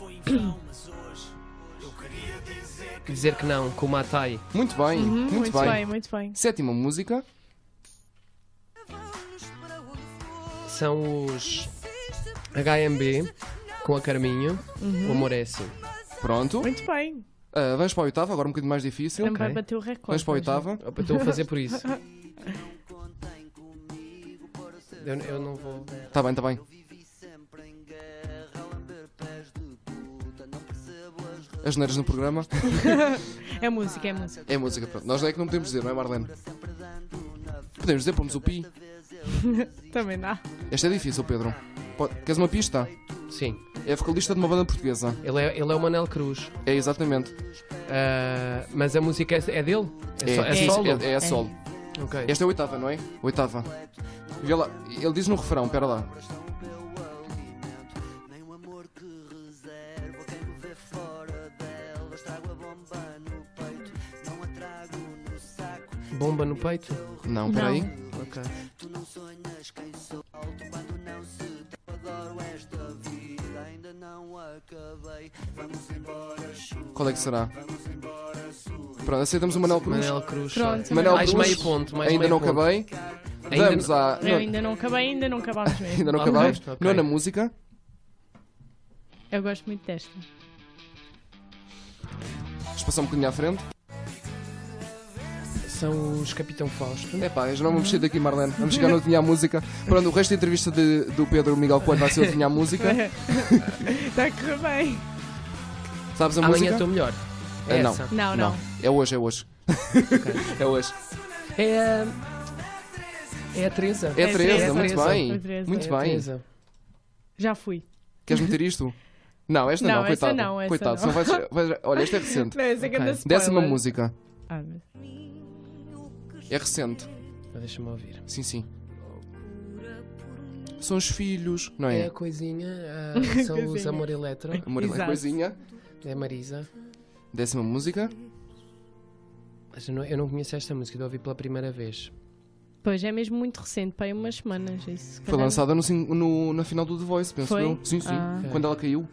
Speaker 2: Dizer que não, com o Matai.
Speaker 1: Muito bem.
Speaker 4: Uhum,
Speaker 1: muito,
Speaker 4: muito
Speaker 1: bem.
Speaker 4: bem, muito bem.
Speaker 1: Sétima música.
Speaker 2: São os HMB com a Carminho, o Amor é assim.
Speaker 1: Pronto.
Speaker 4: Muito bem.
Speaker 1: Ah, vamos para a oitava, agora um bocadinho mais difícil.
Speaker 4: Também
Speaker 2: ok.
Speaker 4: bateu o recorde.
Speaker 1: Vamos para a
Speaker 4: hoje.
Speaker 1: oitava.
Speaker 2: Opa, Estou a fazer por isso. Eu, eu não vou.
Speaker 1: Está Tá bem, está bem. As neiras no programa.
Speaker 4: É música, é música.
Speaker 1: É música, pronto. Nós é que não podemos dizer, não é, Marlene? Podemos dizer, pomos o pi.
Speaker 4: Também dá.
Speaker 1: Esta é difícil, Pedro. Pode... Queres uma pista?
Speaker 2: Sim,
Speaker 1: É vocalista de uma banda portuguesa.
Speaker 2: ele é, ele é o Manel Cruz.
Speaker 1: É exatamente.
Speaker 2: Ah, mas a música é, é dele?
Speaker 1: É,
Speaker 2: só-
Speaker 1: Sim,
Speaker 2: solo?
Speaker 1: É, é a solo.
Speaker 2: Ok.
Speaker 1: Esta é a oitava, não é? Oitava. Vê lá. Ele diz no refrão, pera lá.
Speaker 2: Bomba no peito?
Speaker 1: Não, peraí.
Speaker 2: Ok.
Speaker 1: Qual é que será? Pronto, aceitamos o Manel Cruz.
Speaker 2: Manel Cruz.
Speaker 4: Pronto.
Speaker 1: Manel
Speaker 2: mais
Speaker 1: Cruz.
Speaker 2: meio ponto, mais
Speaker 1: ainda
Speaker 2: meio
Speaker 1: não
Speaker 2: ponto.
Speaker 1: acabei.
Speaker 2: Ainda
Speaker 1: Vamos
Speaker 2: não-
Speaker 1: à.
Speaker 4: Eu ainda não acabei, ainda não acabámos mesmo.
Speaker 1: Ainda não
Speaker 2: Ok,
Speaker 1: acabámos.
Speaker 2: ok.
Speaker 1: Nona música.
Speaker 4: Eu gosto muito desta.
Speaker 1: Vamos passar um bocadinho à frente.
Speaker 2: São os Capitão Fausto.
Speaker 1: É pá, já não vamos sair daqui, Marlene. Vamos chegar no Tinha a Música. Pronto, o resto da entrevista de- do Pedro Miguel Coelho vai ser o Tinha a Música.
Speaker 4: Está Tá a correr bem.
Speaker 1: Sabes a
Speaker 2: Amanhã
Speaker 1: música?
Speaker 2: estou melhor.
Speaker 1: Ah,
Speaker 2: É
Speaker 1: não.
Speaker 2: essa.
Speaker 4: Não, não.
Speaker 1: É hoje, é hoje. é hoje.
Speaker 2: É a. É a Teresa.
Speaker 1: É a
Speaker 4: É
Speaker 1: Teresa,
Speaker 4: Teresa.
Speaker 1: muito
Speaker 2: É a
Speaker 1: bem.
Speaker 4: Teresa.
Speaker 1: Muito
Speaker 2: É a
Speaker 1: bem.
Speaker 2: Teresa.
Speaker 4: Já fui.
Speaker 1: Queres meter isto? Não, esta não,
Speaker 4: Não, essa
Speaker 1: coitado.
Speaker 4: não, essa
Speaker 1: coitado,
Speaker 4: não.
Speaker 1: só vais- vais- Olha, esta é recente.
Speaker 4: Não, essa é
Speaker 2: Ok.
Speaker 4: grande spoiler.
Speaker 1: Décima música.
Speaker 4: Ah, mas-
Speaker 1: É recente.
Speaker 2: Ah, Deixa-me ouvir.
Speaker 1: Sim, sim. São os filhos, não
Speaker 2: É
Speaker 1: é?
Speaker 2: a coisinha. ah, são os
Speaker 4: Coisinha.
Speaker 2: Amor Eletro.
Speaker 1: Amor é
Speaker 4: Exato.
Speaker 1: coisinha.
Speaker 2: É a Marisa.
Speaker 1: Décima música.
Speaker 2: Mas eu não, eu não conheço esta música, eu a ouvi pela primeira vez.
Speaker 3: Pois é mesmo muito recente, para aí umas semanas. Isso, se
Speaker 1: Foi
Speaker 3: calhar.
Speaker 1: lançada no, cin- no- na final do The Voice, penso
Speaker 3: Foi?
Speaker 1: eu. Sim, sim.
Speaker 3: Ah.
Speaker 1: Quando ela caiu.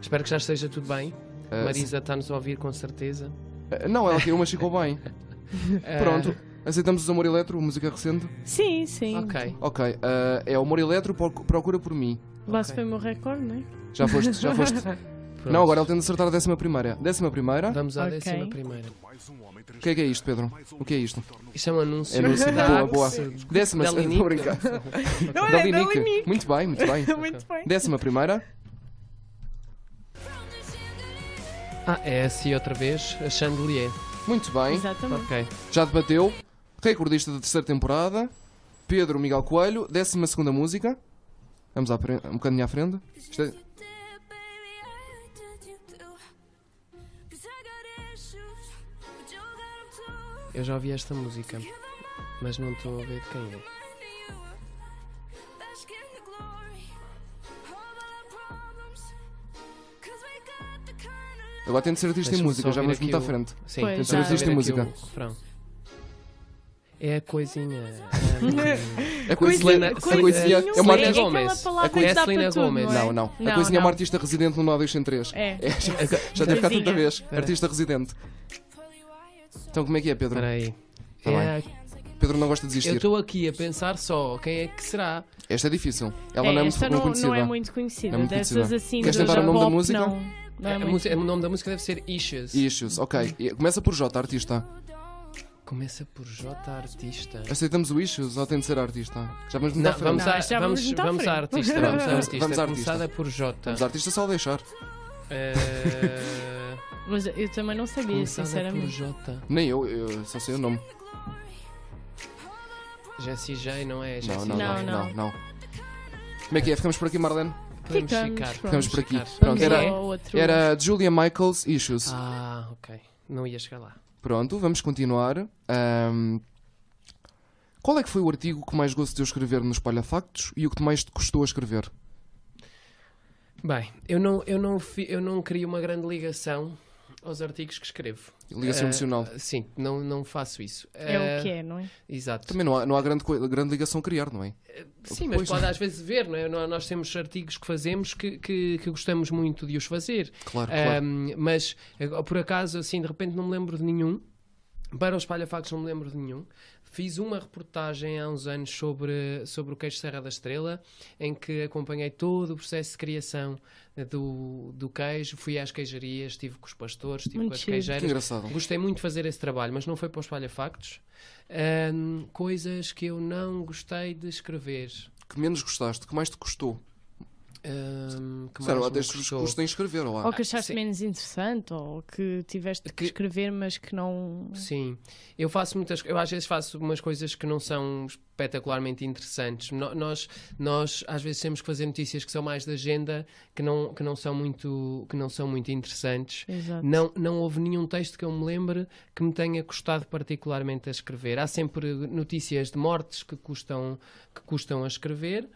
Speaker 2: Espero que já esteja tudo bem.
Speaker 1: ah,
Speaker 2: Marisa está-nos a ouvir com certeza.
Speaker 1: Ah, Não, ela caiu, mas ficou bem.
Speaker 2: Ah.
Speaker 1: Pronto. Aceitamos os Amor Eletro, música recente.
Speaker 3: Sim, sim.
Speaker 2: Ah, ok.
Speaker 1: Ok. ah, é Amor Eletro, proc- procura por mim.
Speaker 3: Lá se foi o meu recorde, não é?
Speaker 1: Já foste, já foste.
Speaker 2: Pronto.
Speaker 1: Não, agora ele tem de acertar a décima primeira. Décima primeira.
Speaker 2: Vamos à
Speaker 4: Ok.
Speaker 2: décima primeira.
Speaker 1: O que é que é isto, Pedro? O que é isto?
Speaker 2: Isto é um anúncio.
Speaker 1: É anúncio.
Speaker 2: da
Speaker 1: Boa,
Speaker 2: Axe,
Speaker 1: boa. Décima.
Speaker 2: da Linique.
Speaker 1: Estou a brincar.
Speaker 4: Não,
Speaker 1: Da
Speaker 4: olha, da
Speaker 1: Linique.
Speaker 4: Linique.
Speaker 1: Muito bem, muito bem.
Speaker 4: Muito bem.
Speaker 1: Décima primeira.
Speaker 2: Ah, é assim outra vez. A Chandelier.
Speaker 1: Muito bem.
Speaker 4: Exatamente.
Speaker 2: Ok.
Speaker 1: Já debateu. Recordista da terceira temporada. Pedro Miguel Coelho. Décima segunda música. Vamos à pre- um bocadinho à frente. Isto é-
Speaker 2: Eu já ouvi esta música, mas não estou a ver de quem é.
Speaker 1: Agora tem de ser artista em
Speaker 2: Deixa-me
Speaker 1: música,
Speaker 2: só
Speaker 1: já
Speaker 2: ouvir
Speaker 1: vamos
Speaker 2: aqui
Speaker 1: muito à
Speaker 2: o-
Speaker 1: frente.
Speaker 2: Sim,
Speaker 3: Pois,
Speaker 2: deixa
Speaker 3: já.
Speaker 2: eu só
Speaker 1: Existe
Speaker 2: ver
Speaker 1: música.
Speaker 2: aqui o refrão. É a coisinha. hum,
Speaker 1: A coisinha, a
Speaker 2: Coisinha-
Speaker 1: coisinha é uma
Speaker 2: Selena
Speaker 1: artista.
Speaker 2: Gomes.
Speaker 3: palavra
Speaker 1: A coisa-
Speaker 3: que dá
Speaker 2: Selena
Speaker 3: para tudo,
Speaker 2: Gomes.
Speaker 3: não é?
Speaker 1: Não, não. A
Speaker 3: Não,
Speaker 1: coisinha é
Speaker 3: não.
Speaker 1: uma artista residente no 903.
Speaker 3: É.
Speaker 1: Já deve ficar
Speaker 3: Coisinha.
Speaker 1: tanta vez. Artista residente. Então como é que é, Pedro?
Speaker 2: Espera aí.
Speaker 1: Tá
Speaker 2: É
Speaker 1: bem.
Speaker 2: a-
Speaker 1: Pedro não gosta de
Speaker 2: eu
Speaker 1: desistir.
Speaker 2: estou aqui a pensar só quem é que será.
Speaker 1: Esta é difícil. Ela não é muito
Speaker 3: esta não,
Speaker 1: conhecida.
Speaker 3: não é muito conhecida.
Speaker 1: É muito
Speaker 3: Dessas
Speaker 1: conhecida.
Speaker 3: assim,
Speaker 1: Queres
Speaker 3: do
Speaker 1: tentar o nome da
Speaker 3: pop,
Speaker 1: música?
Speaker 3: Não,
Speaker 4: Ah,
Speaker 3: não é
Speaker 2: A
Speaker 3: muito.
Speaker 2: música- o nome da música deve ser Issues.
Speaker 1: Issues, ok. E Começa por J, artista.
Speaker 2: Começa por J Artista.
Speaker 1: Aceitamos o Issues ou tem de ser artista? Já vamos muito à
Speaker 2: Não,
Speaker 1: frente.
Speaker 2: vamos,
Speaker 4: Não,
Speaker 2: à,
Speaker 4: já vamos
Speaker 2: vamos,
Speaker 4: muito à
Speaker 2: vamos à
Speaker 4: frente.
Speaker 2: artista. Vamos à
Speaker 1: Vamos-
Speaker 2: artista.
Speaker 1: vamos à artista.
Speaker 2: Começada por J.
Speaker 1: Os artistas só deixar.
Speaker 2: Eh,
Speaker 3: Mas eu também não sabia,
Speaker 2: Começada por
Speaker 3: sinceramente.
Speaker 2: J.
Speaker 1: Nem eu, eu só sei o nome.
Speaker 2: Jessie J, não é?
Speaker 1: Não
Speaker 2: Jessie
Speaker 1: não não,
Speaker 2: J.
Speaker 1: não,
Speaker 3: não.
Speaker 1: não, Como é que é? Ficamos por aqui, Marlene?
Speaker 2: Podemos
Speaker 3: Ficamos,
Speaker 2: ficar.
Speaker 3: pronto.
Speaker 1: Ficamos por aqui.
Speaker 2: ficar.
Speaker 1: Pronto,
Speaker 3: Vamos
Speaker 4: é
Speaker 1: era,
Speaker 3: ao outro.
Speaker 1: era Julia Michaels Issues.
Speaker 2: Ah, ok. Não ia chegar lá.
Speaker 1: Pronto, vamos continuar. Ahm, qual é que foi o artigo que mais gosto de eu escrever no Espalha Factos e o que mais te custou a escrever?
Speaker 2: Bem, eu não, eu não, fi- eu não queria uma grande ligação aos artigos que escrevo.
Speaker 1: Ligação
Speaker 2: Ah,
Speaker 1: emocional.
Speaker 2: Sim, não, não faço isso.
Speaker 4: É
Speaker 2: Ah,
Speaker 4: o que é, não é?
Speaker 2: Exato.
Speaker 1: Também não há, não há grande, coi- grande ligação a criar, não é?
Speaker 2: Sim, mas
Speaker 1: Pois.
Speaker 2: pode às vezes ver, não é? Nó- Nós temos artigos que fazemos que, que, que gostamos muito de os fazer.
Speaker 1: Claro, Ah, claro.
Speaker 2: Ahm, mas eh, por acaso, assim, de repente não me lembro de nenhum. Para os Factos não me lembro de nenhum. Fiz uma reportagem há uns anos sobre, sobre o queijo Serra da Estrela, em que acompanhei todo o processo de criação eh, do, do queijo. Fui às queijarias, estive com os pastores, estive
Speaker 4: Muito
Speaker 2: com as
Speaker 4: giro.
Speaker 1: que
Speaker 2: queijeiras.
Speaker 1: engraçado.
Speaker 2: Gostei muito de fazer esse trabalho, mas não foi para os palhafactos. Ahm, coisas que eu não gostei de escrever.
Speaker 1: Que menos gostaste, que mais te custou? "Ah,
Speaker 2: Ahm, que
Speaker 1: Claro,
Speaker 2: mais
Speaker 1: há
Speaker 2: me
Speaker 1: textos que
Speaker 2: custou?
Speaker 1: custam em escrever, ou há?
Speaker 4: Ou que achaste
Speaker 2: sim.
Speaker 4: menos interessante, ou que tiveste que,
Speaker 2: Que-
Speaker 4: escrever, mas que não.
Speaker 2: Sim, eu faço muitas eu às vezes faço umas coisas que não são espetacularmente interessantes. No- nós, nós às vezes temos que fazer notícias que são mais da agenda, que não, que não, são, muito, que não são muito interessantes.
Speaker 4: Exato.
Speaker 2: Não, não houve nenhum texto que eu me lembre que me tenha custado particularmente a escrever. Há sempre notícias de mortes que custam, que custam a escrever,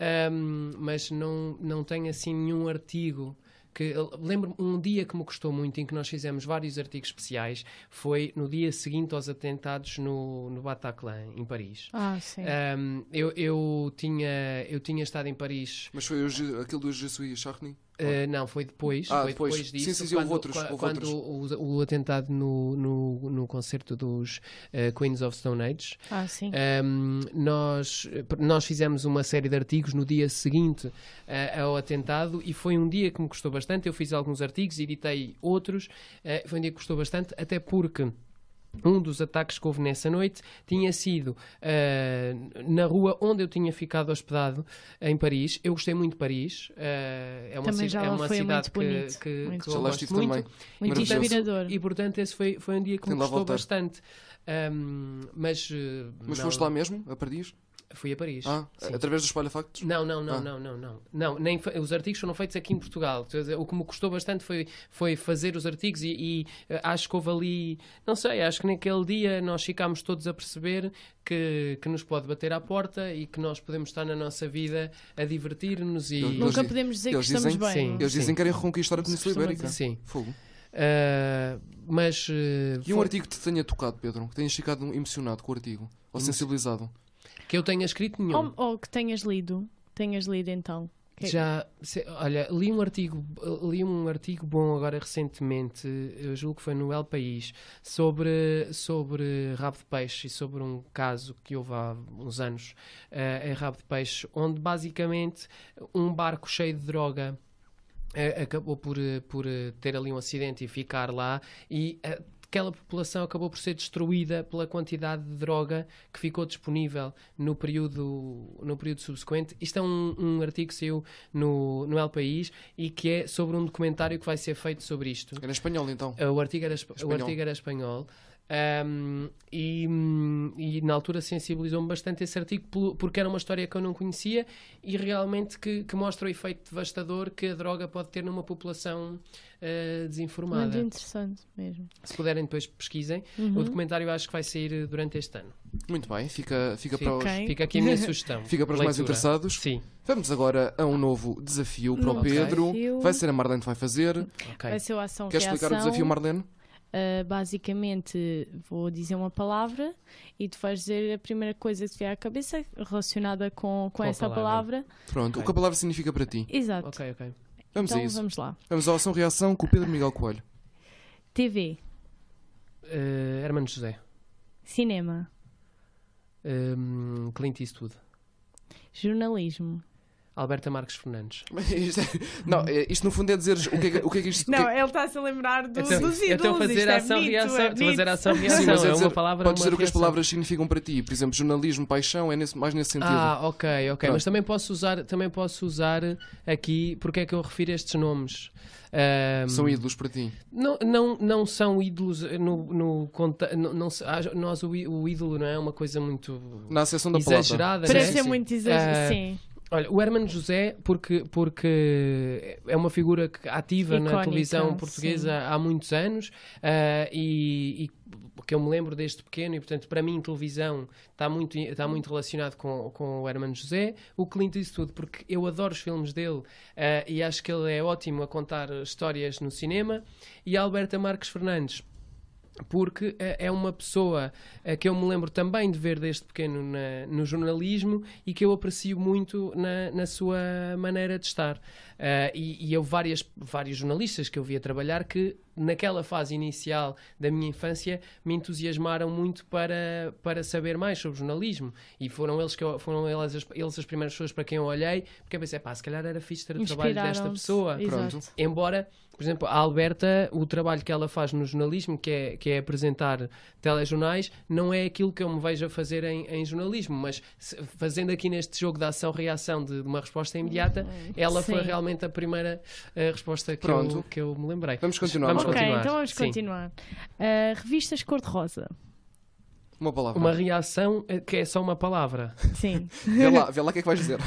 Speaker 2: ahm, mas não, não tenho assim nenhum artigo. Que, eu lembro-me um dia que me custou muito, em que nós fizemos vários artigos especiais, foi no dia seguinte aos atentados no, no Bataclan, em Paris.
Speaker 4: Ah, sim.
Speaker 2: Ahm, eu, eu, tinha, eu tinha estado em Paris
Speaker 1: Mas foi hoje, aquele do Jesuí Charny?
Speaker 2: Uh, não, foi depois.
Speaker 1: Ah,
Speaker 2: foi depois,
Speaker 1: depois.
Speaker 2: disso.
Speaker 1: Sim, sim, sim, houve outros,
Speaker 2: qua-
Speaker 1: houve
Speaker 2: quando O, o atentado no, no, no concerto dos uh, Queens of Stone Age,
Speaker 4: Ah, sim.
Speaker 2: um, nós, nós fizemos uma série de artigos no dia seguinte uh, ao atentado e foi um dia que me custou bastante. Eu fiz alguns artigos, editei outros. uh, foi um dia que custou bastante, até porque. Um dos ataques que houve nessa noite tinha sido uh, na rua onde eu tinha ficado hospedado, em Paris. Eu gostei muito de Paris. uh, é uma,
Speaker 4: Também
Speaker 2: ci-
Speaker 4: já
Speaker 2: é
Speaker 4: lá
Speaker 2: uma
Speaker 4: foi
Speaker 2: cidade
Speaker 4: muito bonito,
Speaker 2: que, que,
Speaker 4: muito
Speaker 2: que
Speaker 1: Já
Speaker 2: eu
Speaker 1: lá
Speaker 2: gosto
Speaker 1: estive
Speaker 2: muito.
Speaker 1: também.
Speaker 4: Muito
Speaker 1: maravilhoso.
Speaker 4: inspirador.
Speaker 2: E portanto, esse foi, foi um dia que
Speaker 1: Tem
Speaker 2: me
Speaker 1: lá
Speaker 2: custou
Speaker 1: voltar.
Speaker 2: bastante. Um, mas uh,
Speaker 1: Mas
Speaker 2: não-
Speaker 1: foste lá mesmo, a Paris?
Speaker 2: Fui a Paris.
Speaker 1: Ah,
Speaker 2: sim.
Speaker 1: através dos palhafactos?
Speaker 2: Não, não, não,
Speaker 1: Ah.
Speaker 2: não, não, não. Não, nem fa- os artigos foram feitos aqui em Portugal. Estou a dizer, O que me custou bastante foi, foi fazer os artigos e, e, eh, acho que houve ali, não sei, acho que naquele dia nós ficámos todos a perceber que, que nos pode bater à porta e que nós podemos estar na nossa vida a divertir-nos e.
Speaker 1: Eu- eu-
Speaker 4: Nunca
Speaker 1: eles-
Speaker 4: podemos dizer que
Speaker 1: eles
Speaker 4: estamos
Speaker 1: dizem-
Speaker 4: bem.
Speaker 2: Sim.
Speaker 4: não é?
Speaker 1: Eles dizem
Speaker 2: Sim.
Speaker 1: que querem reconquistar a
Speaker 4: Isso
Speaker 1: Península
Speaker 4: costuma
Speaker 1: Ibérica.
Speaker 2: Sim.
Speaker 1: Fogo.
Speaker 2: Ah, mas. eh,
Speaker 1: E um
Speaker 2: foi-
Speaker 1: artigo que te tenha tocado, Pedro? Que tenhas ficado emocionado com o artigo? Ou sensibilizado?
Speaker 2: Que eu tenha escrito nenhum.
Speaker 4: Ou, ou que tenhas lido. Tenhas lido então. Que-
Speaker 2: Já, se- olha, li um artigo, li um artigo bom agora recentemente, eu julgo que foi no El País, sobre sobre rabo de peixe e sobre um caso que houve há uns anos eh, em rabo de peixe, onde basicamente um barco cheio de droga eh, acabou por, eh, por eh, ter ali um acidente e ficar lá e eh, aquela população acabou por ser destruída pela quantidade de droga que ficou disponível no período, no período subsequente. Isto é um, um artigo que saiu no, no El País e que é sobre um documentário que vai ser feito sobre isto.
Speaker 1: Era em espanhol, então.
Speaker 2: Uh, O artigo era, esp- o
Speaker 1: Espanhol.
Speaker 2: artigo era espanhol. Um, e, hum, e na altura sensibilizou-me bastante esse artigo pelo- porque era uma história que eu não conhecia e realmente que, que mostra o efeito devastador que a droga pode ter numa população uh,
Speaker 4: Muito
Speaker 2: desinformada.
Speaker 4: interessante mesmo.
Speaker 2: Se puderem, depois pesquisem.
Speaker 4: Uhum.
Speaker 2: O documentário acho que vai sair eh, durante este ano.
Speaker 1: Muito bem, fica, fica para os...
Speaker 4: Fica. Bem.
Speaker 2: Fica aqui a minha sugestão.
Speaker 1: Fica para os mais
Speaker 2: Leitura.
Speaker 1: interessados.
Speaker 2: Sim,
Speaker 1: Vamos agora a um novo desafio para o
Speaker 4: Novo
Speaker 1: Pedro.
Speaker 4: desafio.
Speaker 1: Vai ser a Marlene que vai fazer.
Speaker 2: ok.
Speaker 4: Vai ser o ação
Speaker 1: Queres explicar o
Speaker 4: reação.
Speaker 1: desafio, Marlene?
Speaker 4: Uh, basicamente, vou dizer uma palavra e tu vais dizer a primeira coisa que te vier à cabeça relacionada com, com
Speaker 2: a
Speaker 4: essa
Speaker 2: palavra.
Speaker 4: palavra.
Speaker 1: Pronto, o que a palavra significa para ti?
Speaker 4: Exato.
Speaker 2: Ok, ok.
Speaker 1: Vamos
Speaker 4: Então
Speaker 1: a isso.
Speaker 4: vamos lá.
Speaker 1: Vamos à ação reação com o Pedro Miguel Coelho.
Speaker 4: TV,
Speaker 2: Uh, Hermano José,
Speaker 4: cinema,
Speaker 2: um, Clint Eastwood,
Speaker 4: jornalismo.
Speaker 2: Alberta Marques Fernandes.
Speaker 1: Isto é- não, é- isto no fundo é dizer o que é que, o que, é que isto. o que é-
Speaker 4: ele está a se lembrar do,
Speaker 2: Então- então fazer
Speaker 4: é
Speaker 2: ação reação, estou a fazer ação reação,
Speaker 1: Sim, mas é
Speaker 2: é
Speaker 1: dizer-
Speaker 2: uma palavra
Speaker 1: Podes
Speaker 2: uma
Speaker 1: dizer o que as
Speaker 2: reação.
Speaker 1: palavras significam para ti. Por exemplo, jornalismo, paixão, é nesse- mais nesse sentido.
Speaker 2: Ah, ok, ok.
Speaker 1: Pronto.
Speaker 2: Mas também posso usar, também posso usar aqui porque é que eu refiro estes nomes. Ahm,
Speaker 4: Hum.
Speaker 1: São ídolos para ti.
Speaker 2: não, não, não são ídolos eh, no, no conta- não, não se- ah, nós o, í- o ídolo não é uma coisa muito
Speaker 1: Na acessão da palavra.
Speaker 2: exagerada. não é?
Speaker 4: Parece
Speaker 1: sim,
Speaker 4: ser
Speaker 1: sim.
Speaker 4: muito
Speaker 2: Ah,
Speaker 4: exagerado. sim.
Speaker 2: Olha, o Hermano José, porque, porque é uma figura que ativa na
Speaker 4: Icónica,
Speaker 2: televisão portuguesa há muitos anos ah, eh, e, e que eu me lembro desde pequeno, e portanto, para mim, televisão está muito, está muito relacionado com, com o Hermano José, o Clint Eastwood, porque eu adoro os filmes dele eh, e acho que ele é ótimo a contar histórias no cinema, e a Alberta Marques Fernandes porque eh, é uma pessoa eh, que eu me lembro também de ver desde pequeno na- no jornalismo e que eu aprecio muito na, na sua maneira de estar. Eh, e, e eu, várias, vários jornalistas que eu via trabalhar que, naquela fase inicial da minha infância, me entusiasmaram muito para, para saber mais sobre jornalismo. E foram eles, que eu- foram eles, as, eles as primeiras pessoas para quem eu olhei, porque eu pensei, pá, se calhar era fixe ter o trabalho desta
Speaker 4: Inspiraram-se.
Speaker 2: pessoa.
Speaker 1: Pronto.
Speaker 4: Exato.
Speaker 2: Embora, por exemplo, a Alberta, o trabalho que ela faz no jornalismo, que é, que é apresentar telejornais, não é aquilo que eu me vejo a fazer em, em jornalismo, mas se- fazendo aqui neste jogo da ação-reação de, de uma resposta imediata, ela foi
Speaker 4: Uhum. Sim.
Speaker 2: realmente a primeira eh, resposta que
Speaker 1: Pronto.
Speaker 2: eu, que eu me lembrei.
Speaker 1: Vamos continuar.
Speaker 2: Vamos
Speaker 4: Ok,
Speaker 2: continuar.
Speaker 4: então vamos
Speaker 2: Sim.
Speaker 4: continuar. Ah, revistas cor-de-rosa.
Speaker 1: Uma palavra.
Speaker 2: Uma reação eh, que é só uma palavra.
Speaker 4: Sim.
Speaker 1: Vê lá, vê lá o que é que vais dizer.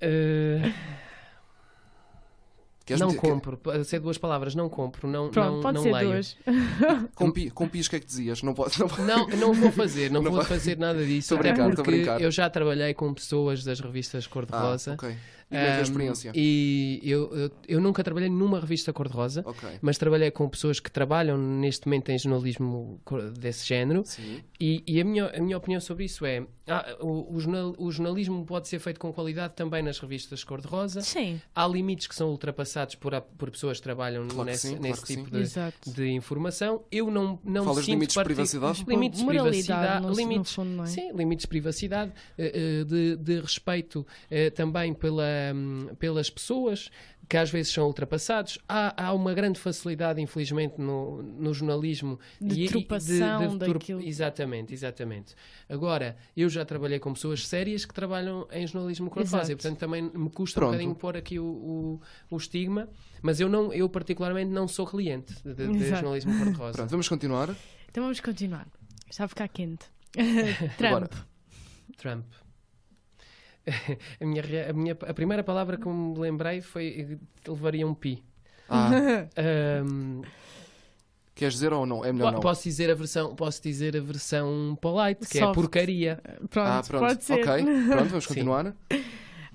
Speaker 2: Eh,
Speaker 1: Queres
Speaker 2: não
Speaker 1: meter-
Speaker 2: compro. Pode ser duas palavras, não compro, não,
Speaker 4: Pronto,
Speaker 2: não,
Speaker 4: pode
Speaker 2: não
Speaker 4: ser
Speaker 2: leio.
Speaker 4: duas.
Speaker 1: Com, pi, com pis, o que é que dizias? Não pode. Não pode.
Speaker 2: Não, não vou fazer, não,
Speaker 1: Não
Speaker 2: vou
Speaker 1: vai.
Speaker 2: fazer nada disso.
Speaker 1: Tô a
Speaker 2: até
Speaker 1: brincar, tô a
Speaker 2: porque
Speaker 1: brincar.
Speaker 2: eu já trabalhei com pessoas das revistas Cor-de-Rosa.
Speaker 1: Ah, ok. E como é que é a
Speaker 4: Hum,
Speaker 2: Ahm,
Speaker 1: experiência?
Speaker 2: E eu, eu, eu nunca trabalhei numa revista Cor-de-Rosa,
Speaker 1: Ok.
Speaker 2: mas trabalhei com pessoas que trabalham neste momento em jornalismo cor- desse género.
Speaker 1: Sim.
Speaker 2: E, e a, minha, a minha opinião sobre isso é: ah, o, o jornal- o jornalismo pode ser feito com qualidade também nas revistas Cor-de-Rosa.
Speaker 4: Sim.
Speaker 2: Há limites que são ultrapassados por, a- por pessoas que trabalham
Speaker 1: Claro que
Speaker 2: nesse,
Speaker 1: sim, claro
Speaker 2: nesse
Speaker 1: que sim.
Speaker 2: tipo de,
Speaker 4: Exato.
Speaker 2: de informação. Eu não, não
Speaker 1: Falas de
Speaker 2: sinto
Speaker 1: limites de
Speaker 2: parti-
Speaker 1: privacidade?
Speaker 2: Limites de
Speaker 4: Moralidade,
Speaker 2: privacidade,
Speaker 4: no,
Speaker 2: limites,
Speaker 4: no fundo, não é?
Speaker 2: Sim, limites de privacidade, eh, eh, de, de respeito eh, também pela, hum, pelas pessoas, que às vezes são ultrapassados. Há, há uma grande facilidade, infelizmente, no, no jornalismo.
Speaker 4: De trupação daquilo.
Speaker 2: Exatamente, exatamente. Agora, eu já trabalhei com pessoas sérias que trabalham em jornalismo quando
Speaker 4: Exato.
Speaker 2: fazem, portanto também me custa
Speaker 1: Pronto.
Speaker 2: um bocadinho pôr aqui o, o, o estigma, mas eu, não, eu particularmente não sou cliente de, de- de
Speaker 4: Exato.
Speaker 2: jornalismo cor-de-rosa.
Speaker 1: Pronto, vamos continuar.
Speaker 4: Então vamos continuar. Está a ficar quente.
Speaker 1: Agora.
Speaker 4: Trump.
Speaker 2: Trump. A, minha, rea- a, minha, a primeira palavra que me lembrei foi eh, levaria um pi.
Speaker 1: Ah,
Speaker 2: Ahm,
Speaker 1: queres dizer ou não? É melhor
Speaker 2: po-
Speaker 1: não.
Speaker 2: Posso dizer a versão, posso dizer a versão polite, que é
Speaker 4: Soft.
Speaker 2: porcaria.
Speaker 4: Pronto,
Speaker 1: ah, pronto.
Speaker 4: pode ser.
Speaker 1: Ok, pronto, vamos
Speaker 2: Sim.
Speaker 1: continuar.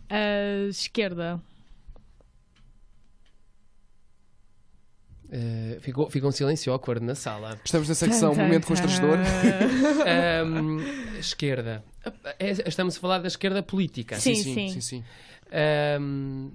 Speaker 4: Ah, esquerda.
Speaker 2: Eh, ficou, ficou um silêncio awkward na sala.
Speaker 1: Estamos na secção
Speaker 4: Tan, tan,
Speaker 1: Momento Constrangedor.
Speaker 4: tan.
Speaker 2: Ahm, esquerda. É- Estamos a falar da esquerda política.
Speaker 4: Sim,
Speaker 1: sim,
Speaker 4: sim.
Speaker 1: sim, sim.
Speaker 2: Ahm,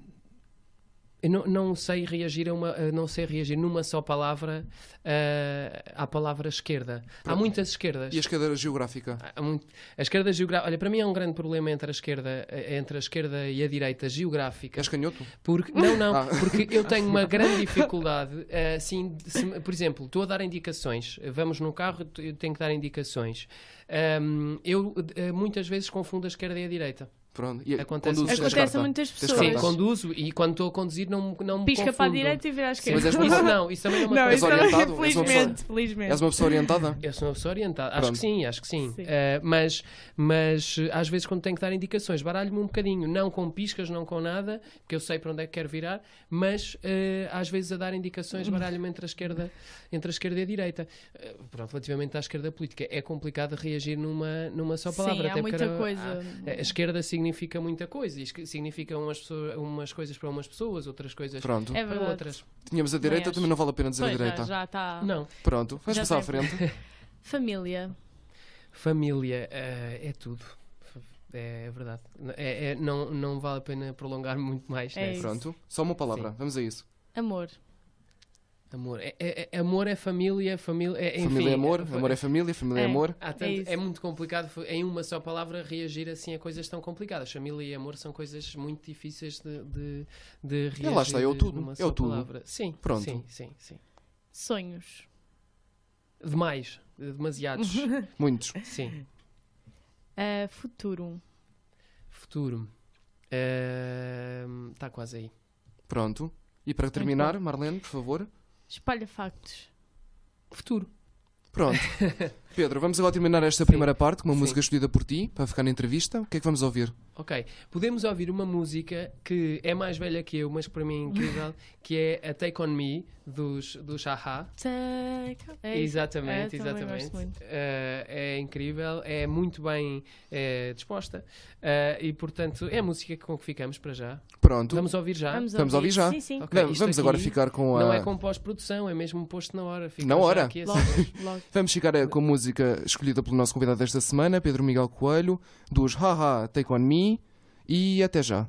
Speaker 2: eu não, não sei reagir a uma, a não sei reagir numa só palavra ah, à palavra esquerda. Há muitas esquerdas.
Speaker 1: E a escadeira geográfica?
Speaker 2: Há muito- A esquerda geográfica. Olha, para mim é um grande problema entre a esquerda, entre a esquerda e a direita geográfica.
Speaker 1: És canhoto?
Speaker 2: Porque, não, não,
Speaker 1: Ah.
Speaker 2: porque eu tenho uma grande dificuldade. eh, assim, de se- por exemplo, estou a dar indicações. eh, Vamos no carro, t- eu tenho que dar indicações. Ahm, eu eh, muitas vezes confundo a esquerda e a direita.
Speaker 1: Pronto. E
Speaker 2: Acontece-
Speaker 1: conduzes, tens
Speaker 4: Acontece
Speaker 1: carta.
Speaker 4: a muitas
Speaker 1: Tens
Speaker 4: pessoas.
Speaker 2: Sim,
Speaker 1: carta.
Speaker 2: conduzo e quando estou a conduzir não, me- não me
Speaker 4: Pisca
Speaker 2: confundo.
Speaker 4: para a direita e vira à esquerda.
Speaker 1: Mas és
Speaker 2: Isso não, isso também é uma
Speaker 4: Não,
Speaker 2: coisa.
Speaker 1: És
Speaker 4: isso não-
Speaker 1: orientado? És uma pessoa-
Speaker 4: Felizmente, felizmente.
Speaker 1: És uma pessoa orientada?
Speaker 2: Eu sou uma pessoa orientada. Acho
Speaker 1: Pronto.
Speaker 2: que sim, acho que sim.
Speaker 4: Sim.
Speaker 2: Eh, mas, mas eh, às vezes quando tenho que dar indicações, baralho-me um bocadinho. Não com piscas, não com nada, porque eu sei para onde é que quero virar, mas eh, às vezes a dar indicações baralho-me entre a esquerda, entre a esquerda e a direita. Eh, pronto, relativamente à esquerda política, é complicado reagir numa, numa só palavra.
Speaker 4: Sim,
Speaker 2: até porque
Speaker 4: há muita
Speaker 2: era- Ah, é,
Speaker 4: coisa.
Speaker 2: a
Speaker 1: É
Speaker 2: esquerda significa muita coisa, e esque- significa umas, pessoas- umas coisas para umas pessoas, outras coisas
Speaker 1: Pronto.
Speaker 4: É
Speaker 2: para
Speaker 4: verdade.
Speaker 2: outras.
Speaker 1: Tínhamos a direita,
Speaker 4: acho.
Speaker 1: também não vale a pena dizer a
Speaker 4: Pois,
Speaker 1: direita.
Speaker 4: já, já está.
Speaker 2: Não.
Speaker 1: Pronto, vamos
Speaker 4: Já
Speaker 1: passar à
Speaker 4: sei.
Speaker 1: frente.
Speaker 4: Família.
Speaker 2: Família eh, é tudo. É, verdade. É- é- não, não vale a pena prolongar muito mais. né?
Speaker 4: É
Speaker 2: nessa.
Speaker 4: isso.
Speaker 1: Pronto, só uma palavra, vamos a isso.
Speaker 4: Amor.
Speaker 2: Amor. É, é- é- amor é família, família é, enfim,
Speaker 1: família é amor, amor é família, família é
Speaker 4: É.
Speaker 1: amor.
Speaker 2: há tanto-
Speaker 4: É isso.
Speaker 2: é muito complicado fa- em uma só palavra reagir assim a coisas tão complicadas. Família e amor são coisas muito difíceis de, de, de reagir.
Speaker 1: lá está, é o tudo,
Speaker 2: numa
Speaker 1: é
Speaker 2: só
Speaker 1: o tudo.
Speaker 2: Palavra. Sim,
Speaker 1: Pronto.
Speaker 2: Sim, sim, sim.
Speaker 4: Sonhos.
Speaker 2: Demais, demasiados.
Speaker 1: Muitos.
Speaker 2: sim.
Speaker 4: Ah, futuro.
Speaker 2: Futuro. Está quase aí.
Speaker 1: Pronto. E para terminar, Marlene, por favor.
Speaker 4: Espalha factos.
Speaker 2: Futuro.
Speaker 1: Pronto. Pedro, vamos agora terminar esta
Speaker 2: Sim.
Speaker 1: primeira parte com uma
Speaker 2: Sim.
Speaker 1: música escolhida por ti, para ficar na entrevista. O que é que vamos ouvir?
Speaker 2: Ok, podemos ouvir uma música que é mais velha que eu, mas que para mim é incrível, que é a Take On Me, dos, dos Aha.
Speaker 4: É isso.
Speaker 2: Exatamente,
Speaker 4: eu também
Speaker 2: exatamente.
Speaker 4: gosto muito.
Speaker 2: Eh, é incrível, é muito bem eh, disposta eh, e, portanto, é a música com que ficamos para já.
Speaker 1: Pronto.
Speaker 2: Vamos ouvir já.
Speaker 1: Vamos ouvir já?
Speaker 4: Sim, sim.
Speaker 2: Ok,
Speaker 1: Não,
Speaker 2: isto
Speaker 1: vamos agora
Speaker 2: aqui
Speaker 1: ficar com a.
Speaker 2: Não é com pós-produção, é mesmo posto na hora. Fica
Speaker 1: Na
Speaker 2: já
Speaker 1: hora?
Speaker 2: aqui a
Speaker 4: Logo,
Speaker 2: saber.
Speaker 4: logo.
Speaker 1: Vamos ficar eh, com a música escolhida pelo nosso convidado desta semana, Pedro Miguel Coelho, dos Haha Take On Me, e até já.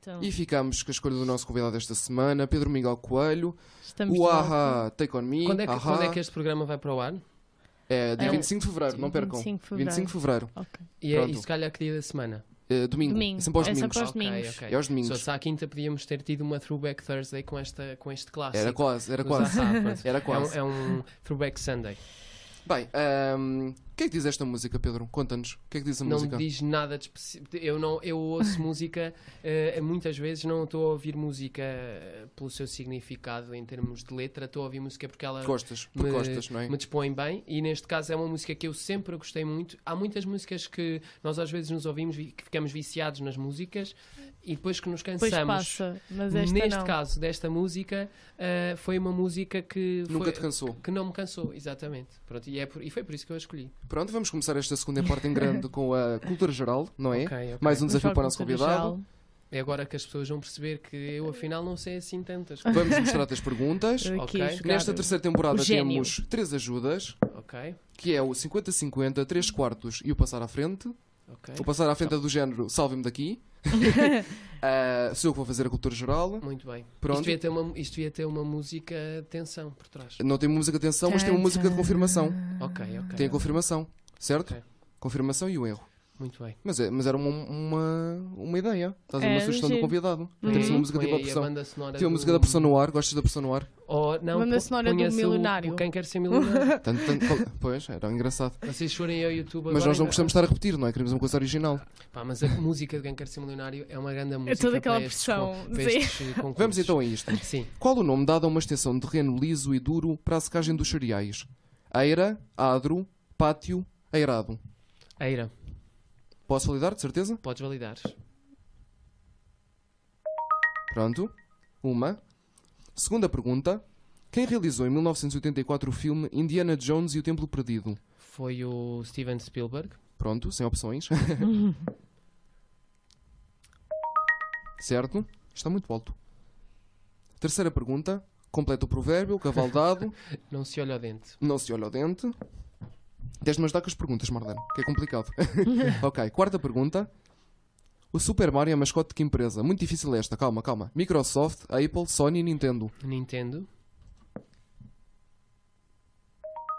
Speaker 4: Então,
Speaker 1: E ficamos com a escolha do nosso convidado desta semana, Pedro Miguel Coelho,
Speaker 4: estamos
Speaker 1: o
Speaker 4: de
Speaker 1: Aha Take On Me.
Speaker 2: Quando é, que,
Speaker 1: Aha,
Speaker 2: quando é que este programa vai para o ar?
Speaker 1: é dia
Speaker 4: É,
Speaker 1: 25 de Fevereiro, não percam.
Speaker 4: 25 de fevereiro.
Speaker 1: 25 de Fevereiro,
Speaker 4: Ok.
Speaker 2: E, é,
Speaker 1: Pronto.
Speaker 2: e se calhar que dia da semana?
Speaker 1: eh, domingo.
Speaker 4: Domingo.
Speaker 1: É sempre aos
Speaker 4: É sempre
Speaker 1: domingos.
Speaker 4: aos domingos.
Speaker 2: Ok, ok.
Speaker 1: É aos
Speaker 2: Só
Speaker 1: domingos.
Speaker 2: se à quinta podíamos ter tido uma Throwback Thursday com, esta, com este clássico.
Speaker 1: Era quase, era
Speaker 2: dos
Speaker 1: quase.
Speaker 2: Aha, pronto.
Speaker 1: Era
Speaker 2: É um,
Speaker 1: quase.
Speaker 2: é um Throwback Sunday.
Speaker 1: Bem, ahm, o que é que diz esta música, Pedro? Conta-nos. O que é que diz a
Speaker 2: não
Speaker 1: música?
Speaker 2: me diz nada de específico. Eu, não, eu ouço música, eh, muitas vezes não estou a ouvir música eh, pelo seu significado em termos de letra, estou a ouvir música porque ela
Speaker 1: Costas, por
Speaker 2: me-
Speaker 1: costas, não é?
Speaker 2: me dispõe bem e neste caso é uma música que eu sempre gostei muito. Há muitas músicas que nós às vezes nos ouvimos e que ficamos viciados nas músicas e depois que nos
Speaker 4: Depois
Speaker 2: cansamos.
Speaker 4: passa, mas esta
Speaker 2: Neste
Speaker 4: não.
Speaker 2: caso desta música, eh, foi uma música que,
Speaker 1: Nunca
Speaker 2: foi-
Speaker 1: te cansou.
Speaker 2: que não me cansou, exatamente. Pronto, e, é por- e foi por isso que eu a escolhi.
Speaker 1: Pronto, vamos começar esta segunda parte em grande com a cultura geral, não é?
Speaker 2: Ok, ok.
Speaker 1: Mais um
Speaker 4: Vamos
Speaker 1: desafio
Speaker 4: falar
Speaker 1: para o
Speaker 4: com
Speaker 1: nosso
Speaker 4: Pedro
Speaker 1: convidado.
Speaker 4: Jal.
Speaker 2: É agora que as pessoas vão perceber que eu afinal não sei assim tantas coisas.
Speaker 1: Vamos mostrar-te as perguntas.
Speaker 4: Eu aqui a
Speaker 2: Ok.
Speaker 4: jogar.
Speaker 1: Nesta terceira temporada
Speaker 4: O gênio.
Speaker 1: temos três ajudas,
Speaker 2: Ok,
Speaker 1: que é o 50-50, 3 quartos e o passar à frente.
Speaker 2: ok. Então.
Speaker 1: O passar à frente é do género salve-me daqui. Ah, sou eu que vou fazer a cultura geral.
Speaker 2: Muito bem.
Speaker 1: Pronto.
Speaker 2: Isto, devia ter uma, isto devia ter uma música de tensão por trás.
Speaker 1: Não tem música de atenção, mas tem uma música de confirmação.
Speaker 2: Ok, ok.
Speaker 1: Tem a confirmação, certo?
Speaker 2: Ok.
Speaker 1: Confirmação e o erro.
Speaker 2: Muito bem.
Speaker 1: Mas, é- mas era uma, uma, uma ideia. Estás a uma
Speaker 4: É,
Speaker 1: sugestão do
Speaker 4: giro.
Speaker 1: convidado.
Speaker 4: Uhum.
Speaker 1: Temos uma música
Speaker 2: Põe
Speaker 1: tipo a
Speaker 2: aí a
Speaker 1: pressão.
Speaker 2: banda sonora.
Speaker 1: Tem a
Speaker 2: do-
Speaker 1: música da pressão no ar, gostas da pressão no ar?
Speaker 2: Ou não,
Speaker 4: Banda
Speaker 2: pô-
Speaker 4: sonora do
Speaker 2: ponha-se o-
Speaker 4: Milionário.
Speaker 2: o Quem quer ser milionário.
Speaker 1: Tanto, tanto- qual- pois, era engraçado.
Speaker 2: Vocês chorem ao YouTube
Speaker 1: Mas nós
Speaker 2: agora
Speaker 1: não
Speaker 2: ainda-
Speaker 1: gostamos de estar a repetir, não é? Queremos uma coisa original.
Speaker 2: Pá, mas a música de Quem Quer Ser Milionário é uma grande música.
Speaker 4: toda aquela
Speaker 2: para estes
Speaker 4: pressão,
Speaker 2: con- para
Speaker 4: sim.
Speaker 2: estes concursos.
Speaker 1: Vamos então a isto.
Speaker 2: Sim.
Speaker 1: Qual o nome dado a uma extensão de terreno liso e duro para a secagem dos cereais? Eira, adro, pátio, eirado.
Speaker 2: Eira,
Speaker 1: Posso validar, de certeza?
Speaker 2: podes validar.
Speaker 1: Pronto. Uma. Segunda pergunta. Quem realizou em 1984 o filme Indiana Jones e o Templo Perdido?
Speaker 2: Foi o Steven Spielberg.
Speaker 1: Pronto, sem opções. certo? Está muito alto. Terceira pergunta. Completa o provérbio, cavalo dado,
Speaker 2: Não se olha ao dente.
Speaker 1: não se olha ao dente. Tens-me ajudar com as perguntas, Marlene, que é complicado. ok, quarta pergunta. O Super Mario é mascote de que empresa? Muito difícil esta, calma, calma. Microsoft, Apple, Sony e Nintendo.
Speaker 2: Nintendo.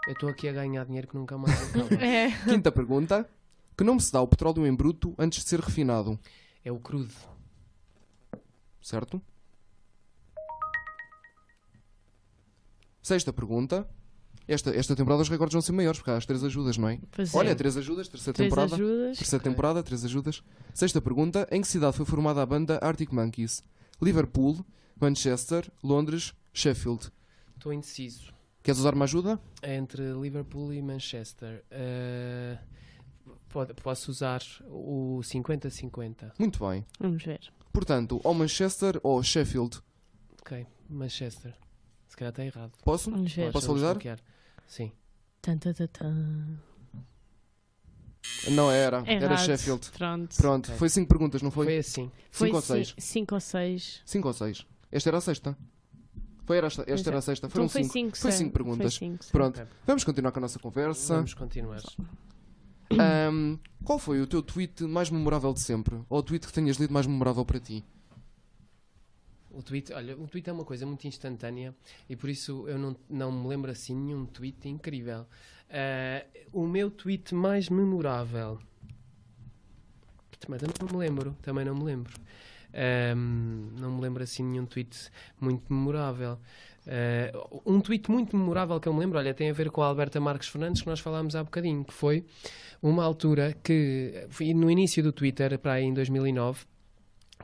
Speaker 2: Eu estou aqui a ganhar dinheiro que nunca mais vou acabar.
Speaker 4: É.
Speaker 1: Quinta pergunta. Que nome se dá ao petróleo em bruto antes de ser refinado?
Speaker 2: É o crudo.
Speaker 1: Certo? Sexta pergunta. Esta, esta temporada os recordes vão ser maiores, porque há as três ajudas, não é?
Speaker 4: Pois é.
Speaker 1: Olha, três ajudas, terceira
Speaker 4: Três
Speaker 1: temporada.
Speaker 4: ajudas.
Speaker 1: Terceira
Speaker 2: Ok.
Speaker 1: temporada, três ajudas. Sexta pergunta. Em que cidade foi formada a banda Arctic Monkeys? Liverpool, Manchester, Londres, Sheffield.
Speaker 2: Estou indeciso.
Speaker 1: Queres usar uma ajuda?
Speaker 2: É entre Liverpool e Manchester. Eh, pode- posso usar o 50-50.
Speaker 1: Muito bem.
Speaker 4: Vamos ver.
Speaker 1: Portanto, ou Manchester ou Sheffield.
Speaker 2: Ok, Manchester. Se calhar está errado.
Speaker 1: Posso?
Speaker 4: Vamos ver.
Speaker 1: Posso
Speaker 2: vamos
Speaker 1: validar?
Speaker 2: bloquear. Sim.
Speaker 4: Tan, tan, tan, tan.
Speaker 1: Não era. Era
Speaker 4: Errado.
Speaker 1: Sheffield.
Speaker 4: Pronto.
Speaker 1: Pronto,
Speaker 2: Ok.
Speaker 1: foi cinco perguntas, não
Speaker 2: Foi,
Speaker 1: foi?
Speaker 2: assim.
Speaker 4: Foi
Speaker 1: cinco ou
Speaker 4: ci-
Speaker 1: seis?
Speaker 4: cinco ou seis.
Speaker 1: Cinco ou seis. Esta era a sexta. Foi era esta, esta
Speaker 4: Pois é.
Speaker 1: era a sexta. Foram
Speaker 4: Então foi
Speaker 1: cinco.
Speaker 4: cinco,
Speaker 1: Foi
Speaker 4: sim.
Speaker 1: cinco perguntas.
Speaker 4: Foi cinco, sim.
Speaker 1: Pronto,
Speaker 2: Ok.
Speaker 1: vamos continuar com a nossa conversa.
Speaker 2: Vamos continuar.
Speaker 1: Ahm, qual foi o teu tweet mais memorável de sempre? Ou o tweet que tenhas lido mais memorável para ti?
Speaker 2: O tweet, olha, o tweet é uma coisa muito instantânea e por isso eu não, não me lembro assim nenhum tweet incrível. Eh, o meu tweet mais memorável. Também não me lembro, também não me lembro. Ahm, não me lembro assim nenhum tweet muito memorável. Eh, um tweet muito memorável que eu me lembro, olha, tem a ver com a Alberta Marques Fernandes que nós falámos há bocadinho, que foi uma altura que, foi no início do Twitter, para aí em 2009,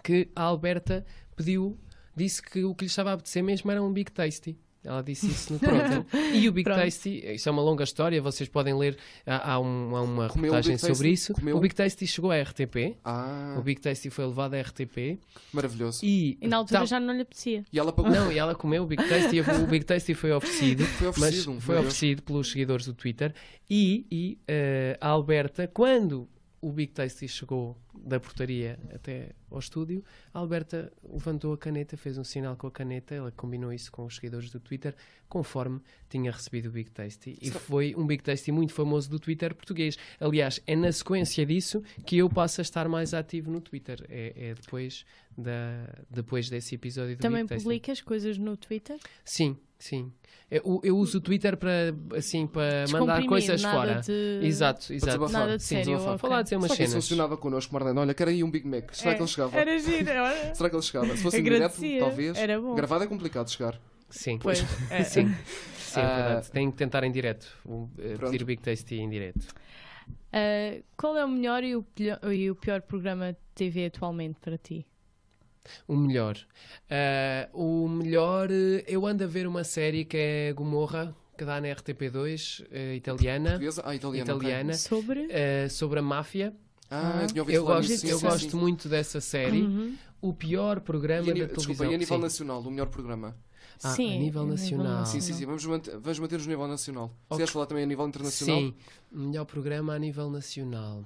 Speaker 2: que a Alberta pediu, disse que o que lhe estava a apetecer mesmo era um Big Tasty. Ela disse isso no Twitter. e o Big
Speaker 4: Pronto.
Speaker 2: Tasty, isso é uma longa história, vocês podem ler, há, há um- há uma
Speaker 1: Comeu o
Speaker 2: reportagem
Speaker 1: Big Tasty?
Speaker 2: sobre isso.
Speaker 1: Comeu?
Speaker 2: O Big Tasty chegou à RTP,
Speaker 1: Ah,
Speaker 2: o Big Tasty foi levado à RTP
Speaker 1: maravilhoso.
Speaker 2: e.
Speaker 4: E na altura
Speaker 2: tal-
Speaker 4: já não lhe apetecia.
Speaker 1: E ela pagou.
Speaker 2: Não, e ela comeu o Big Tasty e o Big Tasty foi oferecido.
Speaker 1: Foi oferecido.
Speaker 2: mas
Speaker 1: meu
Speaker 2: foi
Speaker 1: Deus.
Speaker 2: oferecido pelos seguidores do Twitter e, e, eh, a Alberta, quando o Big Tasty chegou da portaria até ao estúdio, a Alberta levantou a caneta, fez um sinal com a caneta, ela combinou isso com os seguidores do Twitter, conforme tinha recebido o Big Tasty. E foi um Big Tasty muito famoso do Twitter português. Aliás, é na sequência disso que eu passo a estar mais ativo no Twitter. É, é depois, da, depois desse episódio do
Speaker 4: Também
Speaker 2: Big Tasty.
Speaker 4: publicas coisas no Twitter?
Speaker 2: Sim, sim. Eu, eu uso o Twitter para assim para mandar
Speaker 4: Descomprimir,
Speaker 2: coisas
Speaker 4: nada
Speaker 2: fora.
Speaker 4: de-
Speaker 2: Exato, exato.
Speaker 1: desabafar.
Speaker 4: Nada de
Speaker 1: Sim,
Speaker 4: sério.
Speaker 1: desabafar.
Speaker 4: ok.
Speaker 2: Falar de ser umas
Speaker 1: Será que isso
Speaker 2: cenas. É.
Speaker 1: funcionava connosco, Marlene? Olha, quero aí um Big Mac. Será que ele chegava?
Speaker 4: É. Era giro, era.
Speaker 1: Será que ele chegava? Se fosse em direto,
Speaker 4: Agradecia.
Speaker 1: talvez.
Speaker 4: Era bom.
Speaker 1: Gravado é complicado chegar.
Speaker 2: Sim.
Speaker 4: Pois, é.
Speaker 2: Sim, sim, é
Speaker 1: Ah.
Speaker 2: verdade. Tenho que tentar em direto. O- eh,
Speaker 1: Pronto.
Speaker 2: Pedir o Big Tasty em direto.
Speaker 4: Ah, qual é o melhor e o, pilho- e o pior programa de TV atualmente para ti?
Speaker 2: O melhor. Ah, o melhor. eh, Eu ando a ver uma série que é Gomorra, que dá na RTP2, eh, italiana,
Speaker 1: Portuguesa? Ah, italiana. ok.
Speaker 2: italiana
Speaker 4: Sobre?
Speaker 2: eh, sobre a máfia.
Speaker 1: Ah, tinha ouvido
Speaker 2: Eu
Speaker 1: falar
Speaker 2: gosto,
Speaker 1: disso, sim,
Speaker 2: eu
Speaker 1: sim,
Speaker 2: gosto
Speaker 1: sim.
Speaker 2: muito dessa série.
Speaker 4: Uhum.
Speaker 2: O pior programa
Speaker 1: E a ni-
Speaker 2: da
Speaker 1: Desculpa,
Speaker 2: televisão.
Speaker 1: e a nível
Speaker 2: Sim.
Speaker 1: nacional, o melhor programa?
Speaker 2: Ah,
Speaker 4: Sim,
Speaker 2: a nível
Speaker 4: a nível
Speaker 2: nacional.
Speaker 1: Sim, sim,
Speaker 4: Não.
Speaker 1: sim. Vamos manter, vamos manter nos nível nacional. Se
Speaker 2: Ah. Ok.
Speaker 1: quiseres falar também a nível internacional,
Speaker 2: Sim, melhor programa a nível nacional.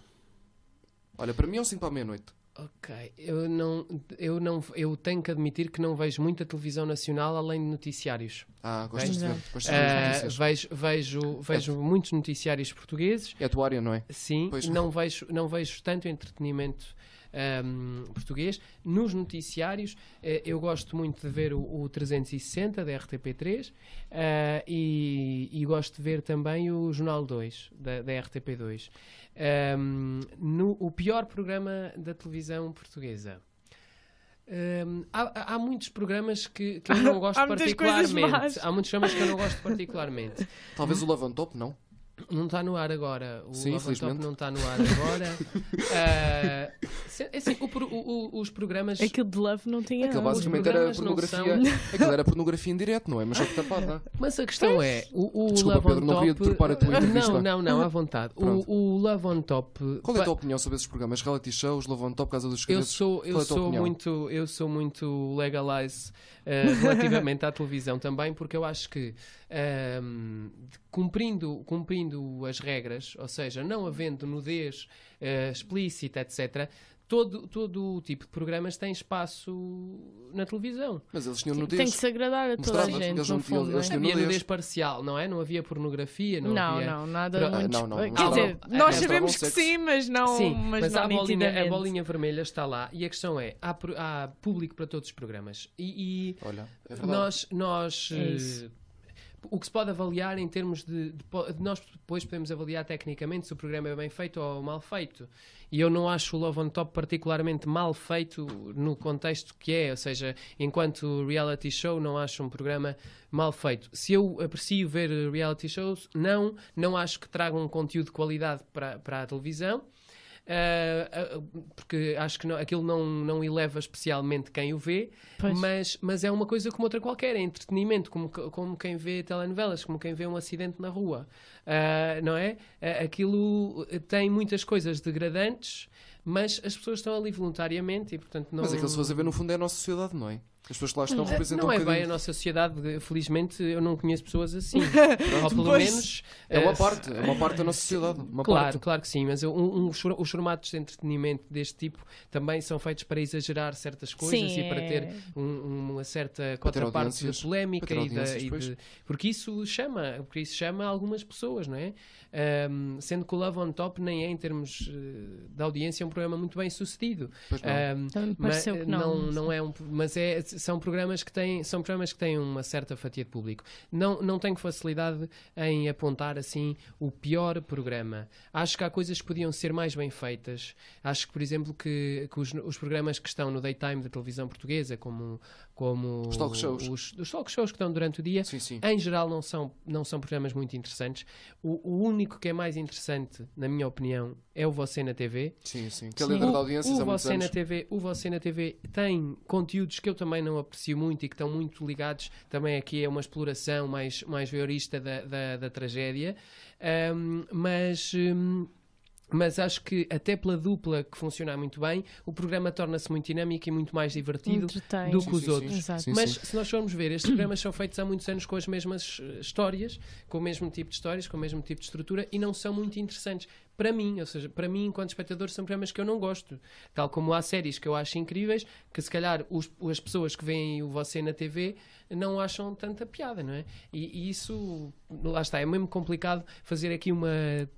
Speaker 1: olha, para mim é um 5 para a meia-noite.
Speaker 2: Ok, eu não, eu não, eu tenho que admitir que não vejo muita televisão nacional além de noticiários.
Speaker 1: Ah, gostas de
Speaker 4: Bem,
Speaker 1: ver. Gostas de ver
Speaker 2: Ah,
Speaker 1: as notícias.
Speaker 2: vejo, vejo, vejo muitos noticiários portugueses.
Speaker 1: É a tua área, não é?
Speaker 2: Sim,
Speaker 1: Pois.
Speaker 2: não vejo, não vejo tanto entretenimento ahm, português. Nos noticiários, eh, eu gosto muito de ver o, o 360 da RTP3 ah, e, e gosto de ver também o Jornal 2 da, da RTP2. Ahm, Hum, no, o pior programa da televisão portuguesa. Ahm, há, há- há muitos programas que, que eu não gosto
Speaker 4: Há muitas coisas
Speaker 2: particularmente.
Speaker 4: más.
Speaker 2: Há muitos programas que eu não gosto particularmente.
Speaker 1: Talvez o Love on Top, não?
Speaker 2: Não está no ar agora. O
Speaker 1: Sim,
Speaker 2: Sim,
Speaker 1: infelizmente.
Speaker 2: não está no ar agora. Ah, se- é assim, o pro- o- o- os programas.
Speaker 4: Aquilo de Love não tinha
Speaker 1: Aquilo
Speaker 4: nada.
Speaker 1: basicamente era
Speaker 2: programas não
Speaker 1: pornografia. Aquilo era pornografia em direto, não é? Mas só que tapada.
Speaker 2: Mas a questão é. O, o
Speaker 1: Desculpa,
Speaker 2: Love
Speaker 1: Pedro,
Speaker 2: on
Speaker 1: não
Speaker 2: Top.
Speaker 1: queria deturpar a tua entrevista.
Speaker 2: Não, não, não, à vontade.
Speaker 1: Pronto.
Speaker 2: O, o Love on Top.
Speaker 1: Qual é a
Speaker 2: pa-
Speaker 1: tua opinião sobre esses programas? Reality shows, Love on Top, Casa dos
Speaker 2: Eu
Speaker 1: Segredos?
Speaker 2: sou, eu
Speaker 1: Qual é a tua
Speaker 2: sou
Speaker 1: opinião?
Speaker 2: muito, eu sou muito legalize eh, relativamente à televisão também, porque eu acho que ehm, de- cumprindo, cumprindo as regras, ou seja, não havendo nudez eh, explícita, etc., todo, todo o tipo de programas tem espaço na televisão.
Speaker 1: Mas eles tinham
Speaker 4: Tem que
Speaker 1: nudez.
Speaker 4: se agradar a toda a
Speaker 1: Mostrava.
Speaker 4: gente,
Speaker 1: Eles
Speaker 4: no
Speaker 1: não tinham-
Speaker 4: fundo,
Speaker 1: eles
Speaker 4: não
Speaker 1: tinham-
Speaker 4: é?
Speaker 2: Havia
Speaker 1: nudez.
Speaker 2: nudez parcial, não é? Não havia pornografia, não,
Speaker 4: Não,
Speaker 2: havia...
Speaker 4: não, nada
Speaker 2: Pro-
Speaker 4: muito.
Speaker 1: Não, não, não
Speaker 4: Quer
Speaker 1: estava-
Speaker 4: dizer,
Speaker 1: Ah,
Speaker 4: nós
Speaker 1: não,
Speaker 4: sabemos que
Speaker 1: estava um
Speaker 4: sim, mas não,
Speaker 2: Sim,
Speaker 4: mas
Speaker 2: mas,
Speaker 4: não
Speaker 2: a, bolinha, a
Speaker 4: nitidamente.
Speaker 2: bolinha vermelha está lá e a questão é, há, pro- há público para todos os programas e, e
Speaker 1: Olha, é verdade.
Speaker 2: nós, nós
Speaker 4: É
Speaker 2: eh,
Speaker 4: isso.
Speaker 2: o que se pode avaliar em termos de, de po- de nós depois podemos avaliar tecnicamente se o programa é bem feito ou mal feito e eu não acho o Love on Top particularmente mal feito no contexto que é ou seja, enquanto reality show não acho um programa mal feito se eu aprecio ver reality shows não, não acho que traga um conteúdo de qualidade para, para a televisão ah, ah, porque acho que não- aquilo não, não eleva especialmente quem o vê,
Speaker 4: Pois.
Speaker 2: mas, mas é uma coisa como outra qualquer, é entretenimento, como, que- como quem vê telenovelas, como quem vê um acidente na rua, Ah, não é? Ah, aquilo tem muitas coisas degradantes, mas as pessoas estão ali voluntariamente e, portanto, não.
Speaker 1: Mas aquilo se fores a ver, no fundo, é a nossa sociedade, não é? As pessoas que lá estão representam
Speaker 2: Não
Speaker 1: um
Speaker 2: é bem a
Speaker 1: bocadinho.
Speaker 2: nossa sociedade, felizmente eu não conheço pessoas assim. Ou pelo
Speaker 4: Pois.
Speaker 2: menos.
Speaker 1: É uma
Speaker 2: ah,
Speaker 1: parte, é uma parte da nossa sociedade. Uma
Speaker 2: Claro,
Speaker 1: parte.
Speaker 2: claro que sim, mas eu- um- um- os for- os formatos de entretenimento deste tipo também são feitos para exagerar certas coisas
Speaker 4: Sim,
Speaker 2: e para
Speaker 4: é.
Speaker 2: ter um- uma certa contraparte
Speaker 1: audiências,
Speaker 2: de polémica
Speaker 1: para ter
Speaker 2: e, da,
Speaker 1: audiências,
Speaker 2: e
Speaker 1: pois.
Speaker 2: de- porque isso chama, porque isso chama algumas pessoas, não é? Ahm, sendo que o Love on Top nem é em termos eh, de audiência um programa muito bem sucedido.
Speaker 1: Pois não.
Speaker 2: Ahm,
Speaker 4: Também então me
Speaker 2: Ma-
Speaker 4: pareceu que não.
Speaker 2: não é um mas é são programas que têm são programas que têm uma certa fatia de público não não tenho facilidade em apontar assim o pior programa acho que há coisas que podiam ser mais bem feitas acho que por exemplo que, que os, os programas que estão no daytime da televisão portuguesa como como
Speaker 1: Os talk shows.
Speaker 2: os, os talk shows que estão durante o dia
Speaker 1: Sim, sim.
Speaker 2: em geral não são, não são programas muito interessantes. O, o único que é mais interessante, na minha opinião, é o Você na TV,
Speaker 1: Sim, sim. Que é
Speaker 4: Sim.
Speaker 1: líder de
Speaker 2: o-
Speaker 1: audiências
Speaker 2: o
Speaker 1: há muitos
Speaker 2: Você é na
Speaker 1: anos.
Speaker 2: TV, o Você na TV tem conteúdos que eu também não aprecio muito e que estão muito ligados também aqui a uma exploração mais, mais veorista da, da, da tragédia, Ahm, mas. hum, mas acho que até pela dupla que funciona muito bem, o programa torna-se muito dinâmico e muito mais divertido
Speaker 4: Entretém.
Speaker 2: do
Speaker 1: Sim,
Speaker 2: que os
Speaker 1: sim, sim.
Speaker 2: outros.
Speaker 4: Exato.
Speaker 1: Sim,
Speaker 2: Mas
Speaker 1: sim.
Speaker 2: se nós formos ver, estes programas são feitos há muitos anos com as mesmas eh, histórias, com o mesmo tipo de histórias, com o mesmo tipo de estrutura e não são muito interessantes. Para mim, ou seja, para mim, enquanto espectador, são programas que eu não gosto. Tal como há séries que eu acho incríveis, que se calhar os- as pessoas que veem o você na TV não acham tanta piada, não é? E, e isso, lá está, é mesmo complicado fazer aqui uma,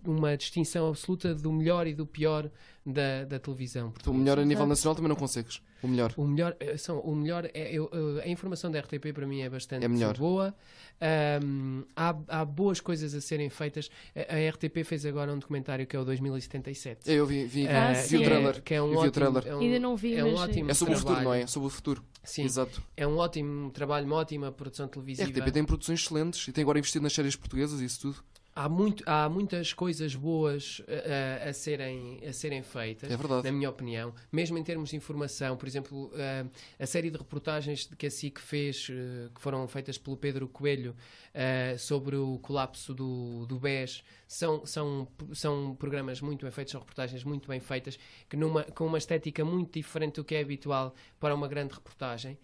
Speaker 2: uma distinção absoluta do melhor e do pior da, da televisão.
Speaker 1: Tu, O melhor a nível nacional também não consegues. O melhor.
Speaker 2: O melhor, eh, são, o melhor é, eu- eu- a informação da RTP para mim é bastante
Speaker 1: É melhor.
Speaker 2: boa. Ahm, há, há boas coisas a serem feitas. A, a RTP fez agora um documentário que é o 2077.
Speaker 1: Eu vi, vi,
Speaker 2: Ah,
Speaker 1: vi o
Speaker 2: sim.
Speaker 1: trailer.
Speaker 2: Que é um
Speaker 1: Eu vi o
Speaker 2: ótimo,
Speaker 1: trailer.
Speaker 2: é um-
Speaker 4: Ainda não vi,
Speaker 2: é um
Speaker 4: mas- eh,
Speaker 2: ótimo
Speaker 1: É sobre o futuro,
Speaker 2: trabalho.
Speaker 1: não é? É sobre o futuro.
Speaker 2: Sim,
Speaker 1: Exato.
Speaker 2: é um ótimo trabalho, uma ótima produção televisiva.
Speaker 1: RTP tem produções excelentes e tem agora investido nas séries portuguesas e isso tudo.
Speaker 2: Há, muito, há muitas coisas boas eh, eh, a, serem, a serem feitas,
Speaker 1: É verdade.
Speaker 2: na minha opinião, mesmo em termos de informação. Por exemplo, eh, a série de reportagens que a SIC fez, eh, que foram feitas pelo Pedro Coelho, eh, sobre o colapso do, do BES, são, são, são programas muito bem feitos, são reportagens muito bem feitas, que numa, com uma estética muito diferente do que é habitual para uma grande reportagem.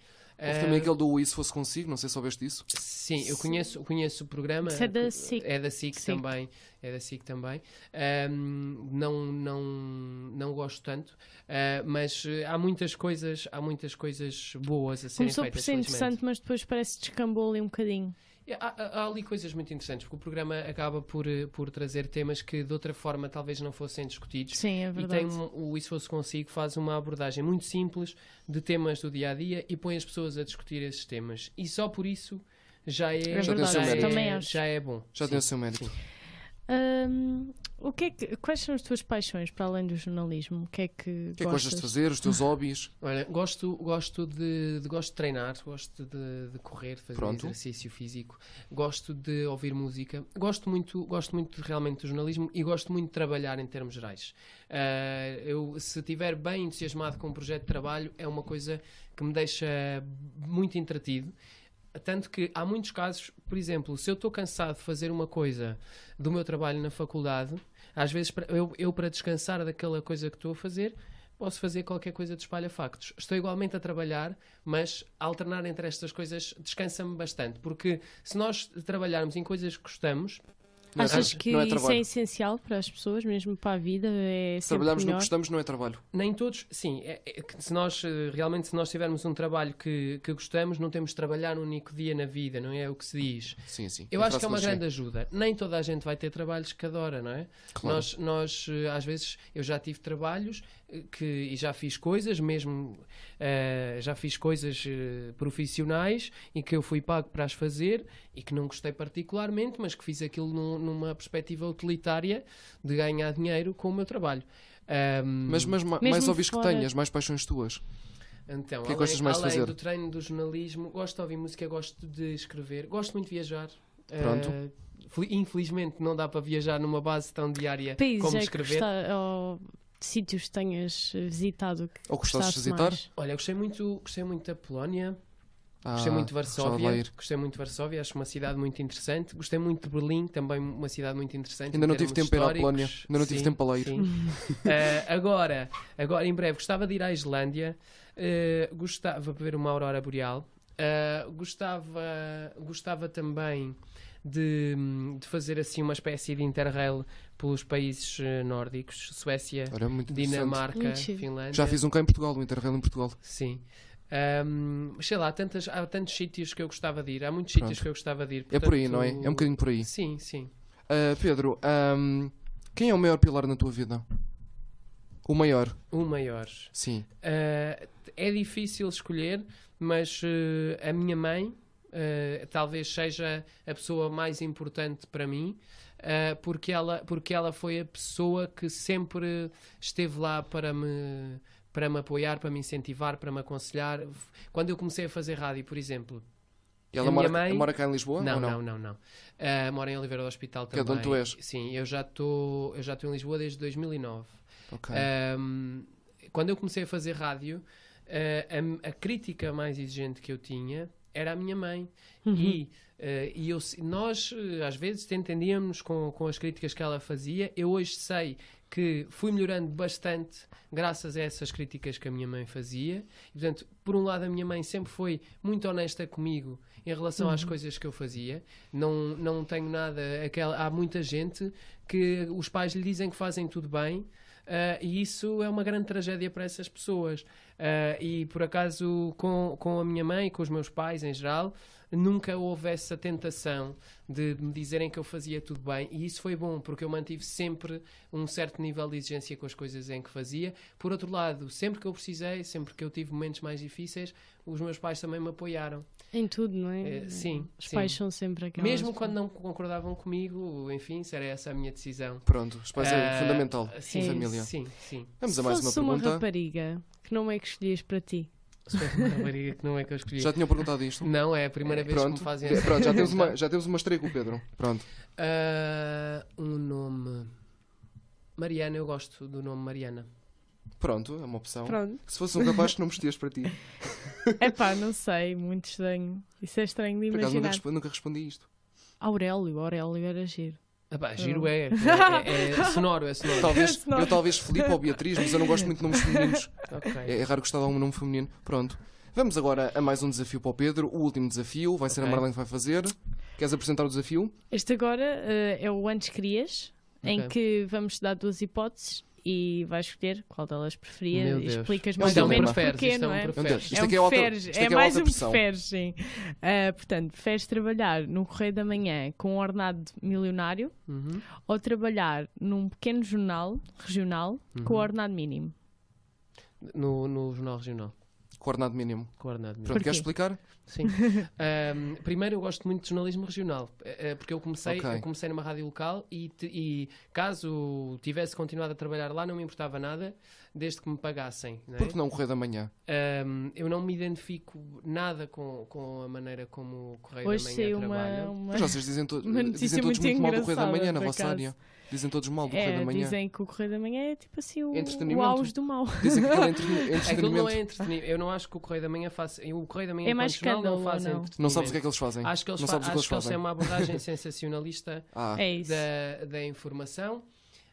Speaker 1: Houve
Speaker 2: Eh,
Speaker 1: também aquele do E se fosse consigo, não sei se soubeste disso.
Speaker 2: Sim, eu conheço, conheço o programa.
Speaker 3: Isso é da SIC.
Speaker 2: É da SIC,
Speaker 3: SIC.
Speaker 2: também. É da SIC também. Ahm, não, não, não gosto tanto, ah, mas eh, há muitas coisas, há muitas coisas boas a serem
Speaker 4: Começou por
Speaker 2: feitas.
Speaker 4: ser
Speaker 2: felizmente.
Speaker 4: interessante, mas depois parece que descambou ali um bocadinho.
Speaker 2: Há, há- há ali coisas muito interessantes, porque o programa acaba por, eh, por trazer temas que de outra forma talvez não fossem discutidos.
Speaker 4: Sim, é
Speaker 2: E tem
Speaker 4: verdade.
Speaker 2: um- o Isso Fosse Consigo faz uma abordagem muito simples de temas do dia a dia e põe as pessoas a discutir esses temas. E só por isso já é,
Speaker 4: É
Speaker 1: Já tem o seu
Speaker 2: já,
Speaker 1: mérito.
Speaker 4: Também
Speaker 2: é,
Speaker 4: acho.
Speaker 2: já é bom.
Speaker 1: Já tem o seu mérito.
Speaker 4: Hum, o que é que- quais são as tuas paixões para além do jornalismo? O que é que,
Speaker 1: O que é que gostas de
Speaker 4: gostas?
Speaker 1: fazer? Os teus hobbies?
Speaker 2: Olha, gosto, gosto, de, de- gosto de treinar, gosto de, de correr, de fazer
Speaker 1: Pronto.
Speaker 2: exercício físico, gosto de ouvir música, gosto muito, gosto muito realmente do jornalismo e gosto muito de trabalhar em termos gerais. Ah, eu, se estiver bem entusiasmado com um projeto de trabalho, é uma coisa que me deixa muito entretido. Tanto que há muitos casos, por exemplo, se eu estou cansado de fazer uma coisa do meu trabalho na faculdade, às vezes pra- eu, eu para descansar daquela coisa que estou a fazer, posso fazer qualquer coisa de espalha-factos. Estou igualmente a trabalhar, mas alternar entre estas coisas descansa-me bastante, porque se nós trabalharmos em coisas que gostamos,
Speaker 1: Não é
Speaker 4: Achas
Speaker 1: tra-
Speaker 4: que
Speaker 1: não é
Speaker 4: isso é
Speaker 1: trabalho.
Speaker 4: essencial para as pessoas, mesmo para a vida? É
Speaker 1: Se
Speaker 4: sempre
Speaker 1: trabalharmos no que
Speaker 4: melhor?
Speaker 1: gostamos, não é trabalho.
Speaker 2: nem todos, sim, é- é que se nós eh, realmente se nós tivermos um trabalho que, que gostamos, não temos de trabalhar um único dia na vida, não é o que se diz.
Speaker 1: Sim, sim.
Speaker 2: Eu acho que é uma
Speaker 1: frase
Speaker 2: grande ajuda. Nem toda a gente vai ter trabalhos que adora, não é?
Speaker 1: Claro.
Speaker 2: Nós, nós, eh, às vezes, eu já tive trabalhos eh, que, e já fiz coisas, mesmo eh, já fiz coisas eh, profissionais e que eu fui pago para as fazer e que não gostei particularmente, mas que fiz aquilo num- numa perspectiva utilitária de ganhar dinheiro com o meu trabalho. Ahm,
Speaker 1: Mas, mas ma-
Speaker 4: Mesmo
Speaker 1: mais hobbies que
Speaker 4: fora-
Speaker 1: tenhas, mais paixões tuas.
Speaker 2: então,
Speaker 1: O que é que
Speaker 2: além,
Speaker 1: gostas mais de
Speaker 2: além
Speaker 1: fazer?
Speaker 2: do treino do jornalismo, gosto de ouvir música, gosto de escrever, gosto muito de viajar.
Speaker 1: Pronto.
Speaker 2: Eh, fel- infelizmente não dá para viajar numa base tão diária
Speaker 4: Países
Speaker 2: como
Speaker 4: é que
Speaker 2: escrever.
Speaker 4: gosta- ou sítios que tenhas visitado que
Speaker 1: Ou gostasses de
Speaker 4: gostaste
Speaker 1: visitar?
Speaker 4: mais?
Speaker 2: Olha, gostei muito, gostei muito da Polónia,
Speaker 1: Ah,
Speaker 2: gostei muito de
Speaker 1: gostava
Speaker 2: Varsóvia,
Speaker 1: lá ir.
Speaker 2: gostei muito de Varsóvia, acho uma cidade muito interessante. Gostei muito de Berlim, também uma cidade muito interessante.
Speaker 1: Ainda
Speaker 2: em
Speaker 1: não tive
Speaker 2: termos
Speaker 1: tempo para ir à
Speaker 2: históricos.
Speaker 1: Polónia, ainda não tive
Speaker 2: Sim,
Speaker 1: tempo para lá ir.
Speaker 2: sim. Eh, agora, agora, em breve, gostava de ir à Islândia, eh, gostava de ver uma aurora boreal, eh, gostava, gostava também de, de fazer assim uma espécie de interrail pelos países eh, nórdicos, Suécia,
Speaker 1: Era muito Dinamarca.
Speaker 2: Dinamarca,
Speaker 4: Muito giro.
Speaker 2: Finlândia.
Speaker 1: Ah, Já fiz um cá em Portugal, um interrail em Portugal.
Speaker 2: Sim. Ahm, sei lá, há tantas, há tantos sítios que eu gostava de ir. Há muitos sítios
Speaker 1: Pronto.
Speaker 2: que eu gostava de ir.
Speaker 1: É por aí,
Speaker 2: portanto-
Speaker 1: não é? É um bocadinho por aí.
Speaker 2: Sim, sim.
Speaker 1: Ah, Pedro, ahm, quem é o maior pilar na tua vida? O maior,
Speaker 2: O maior.
Speaker 1: sim.
Speaker 2: Ah, é difícil escolher, mas eh, a minha mãe eh, talvez seja a pessoa mais importante para mim, ah, porque, ela, porque ela foi a pessoa que sempre esteve lá para me, para me apoiar, para me incentivar, para me aconselhar. Quando eu comecei a fazer rádio, por exemplo.
Speaker 1: E ela
Speaker 2: A
Speaker 1: mora,
Speaker 2: minha mãe-
Speaker 1: mora cá em Lisboa?
Speaker 2: Não,
Speaker 1: ou
Speaker 2: não, não, não. Ah, moro em Oliveira do Hospital
Speaker 1: Que é
Speaker 2: também.
Speaker 1: de onde tu és?
Speaker 2: Sim, eu já estou em Lisboa desde 2009.
Speaker 1: Ok.
Speaker 2: Ah, Ahm, quando eu comecei a fazer rádio, ah, a, a crítica mais exigente que eu tinha era a minha mãe. E, ah, e eu se- nós, eh, às vezes, entendíamos com, com as críticas que ela fazia. Eu hoje sei que fui melhorando bastante graças a essas críticas que a minha mãe fazia. E, portanto, por um lado, a minha mãe sempre foi muito honesta comigo em relação às coisas que eu fazia. Não, não tenho nada. Aquela, há muita gente que os pais lhe dizem que fazem tudo bem. ah, e isso é uma grande tragédia para essas pessoas. Ah, e por acaso, com, com a minha mãe, com os meus pais em geral, nunca houve essa tentação de me dizerem que eu fazia tudo bem. E isso foi bom, porque eu mantive sempre um certo nível de exigência com as coisas em que fazia. Por outro lado, sempre que eu precisei, sempre que eu tive momentos mais difíceis, os meus pais também me apoiaram.
Speaker 4: Em tudo, não é?
Speaker 2: Eh, sim,
Speaker 4: Os
Speaker 2: sim.
Speaker 4: pais são sempre aquelas.
Speaker 2: Mesmo quando não concordavam comigo, enfim, se era essa a minha decisão.
Speaker 1: Pronto, os pais é
Speaker 2: Ah,
Speaker 1: fundamental.
Speaker 2: Sim,
Speaker 1: família.
Speaker 2: sim, sim.
Speaker 1: Vamos
Speaker 4: Se
Speaker 1: a mais uma
Speaker 4: fosse uma
Speaker 1: pergunta.
Speaker 4: rapariga, que nome é que escolhias para ti?
Speaker 2: Se fosse uma rapariga que não é que eu escolhi.
Speaker 1: Já tinham perguntado isto?
Speaker 2: Não, é a primeira vez que
Speaker 1: Pronto.
Speaker 2: me fazem
Speaker 1: É,
Speaker 2: essa
Speaker 1: Pronto, já temos,
Speaker 2: pergunta.
Speaker 1: uma, já temos uma estreia com o Pedro. Pronto.
Speaker 2: Ah, um nome. Mariana, eu gosto do nome Mariana.
Speaker 1: Pronto, é uma opção.
Speaker 3: Pronto.
Speaker 1: Se fosse um rapaz, não mestias para ti.
Speaker 4: Epá, não sei, muito estranho. Isso é estranho de
Speaker 1: Por acaso nunca
Speaker 4: imaginar.
Speaker 1: respondi, nunca respondi isto.
Speaker 4: Aurélio, Aurélio era giro.
Speaker 2: Ah,
Speaker 4: Hum.
Speaker 2: pá, giro é, é, é- é sonoro, é sonoro.
Speaker 1: Talvez,
Speaker 4: Não.
Speaker 1: eu talvez Filipe ou Beatriz, mas eu não gosto muito de nomes femininos.
Speaker 2: Ok.
Speaker 1: É, é raro gostar de algum nome feminino. Pronto. Vamos agora a mais um desafio para o Pedro. O último desafio vai ser a
Speaker 2: Ok.
Speaker 1: Marlene que vai fazer. Queres apresentar o desafio?
Speaker 4: Este agora eh, é o Antes Querias, em
Speaker 2: Ok.
Speaker 4: que vamos te dar duas hipóteses e vais escolher qual delas
Speaker 2: Meu
Speaker 4: preferias e
Speaker 2: Deus.
Speaker 4: explicas
Speaker 1: Isto
Speaker 4: mais
Speaker 1: é
Speaker 4: ou
Speaker 1: um
Speaker 4: menos
Speaker 2: preferes,
Speaker 4: porquê,
Speaker 2: isto é
Speaker 4: não
Speaker 2: um
Speaker 4: é?
Speaker 2: preferes.
Speaker 1: Meu Deus, isto
Speaker 4: é um
Speaker 1: aqui é outra,
Speaker 4: preferes,
Speaker 1: isto
Speaker 4: é,
Speaker 1: aqui é
Speaker 4: mais
Speaker 1: outra
Speaker 4: um
Speaker 1: pressão.
Speaker 4: preferes, sim. Ah, portanto, preferes trabalhar no Correio da Manhã com um ordenado milionário
Speaker 2: Uhum.
Speaker 4: ou trabalhar num pequeno jornal regional
Speaker 1: Uhum.
Speaker 4: com ordenado mínimo?
Speaker 2: No, no Jornal Regional,
Speaker 1: Coordenado mínimo.
Speaker 2: coordenado mesmo.
Speaker 1: Pronto,
Speaker 4: Porquê?
Speaker 1: queres explicar?
Speaker 2: Sim. Ahm, primeiro, eu gosto muito de jornalismo regional, eh, eh, porque eu comecei,
Speaker 1: Ok.
Speaker 2: eu comecei numa rádio local e, te- e caso tivesse continuado a trabalhar lá, não me importava nada, desde que me pagassem. não é?
Speaker 1: Porque não o Correio da Manhã?
Speaker 2: Ahm, eu não me identifico nada com, com a maneira como o Correio
Speaker 4: Hoje
Speaker 2: da Manhã
Speaker 4: saiu
Speaker 2: trabalha.
Speaker 4: uma, um uma...
Speaker 1: Mas vocês dizem, to
Speaker 4: Uma notícia
Speaker 1: dizem todos
Speaker 4: muito
Speaker 1: muito, mal do Correio da
Speaker 4: engraçada,
Speaker 1: Manhã na
Speaker 4: por
Speaker 1: vossa
Speaker 4: acaso.
Speaker 1: área. Dizem todos mal do Correio
Speaker 4: É,
Speaker 1: da Manhã.
Speaker 4: dizem que o Correio da Manhã é tipo assim o, o
Speaker 1: Entretenimento.
Speaker 4: auge do mal.
Speaker 1: Dizem que aquilo é entre- é
Speaker 2: Aquilo
Speaker 1: entretenimento.
Speaker 2: não é entretenimento. Eu não acho que o Correio da Manhã faça. O Correio da Manhã
Speaker 4: É
Speaker 2: enquanto
Speaker 4: mais
Speaker 2: jornal
Speaker 4: escândalo,
Speaker 2: não faz
Speaker 4: ou não?
Speaker 1: Não sabes o que é
Speaker 2: entretenimento.
Speaker 1: que eles fazem.
Speaker 2: Acho que eles,
Speaker 1: não
Speaker 2: fa-
Speaker 1: sabes o que
Speaker 2: acho
Speaker 1: eles
Speaker 2: que eles têm
Speaker 1: fazem.
Speaker 2: uma abordagem sensacionalista
Speaker 1: Ah,
Speaker 4: É isso.
Speaker 2: da, da informação.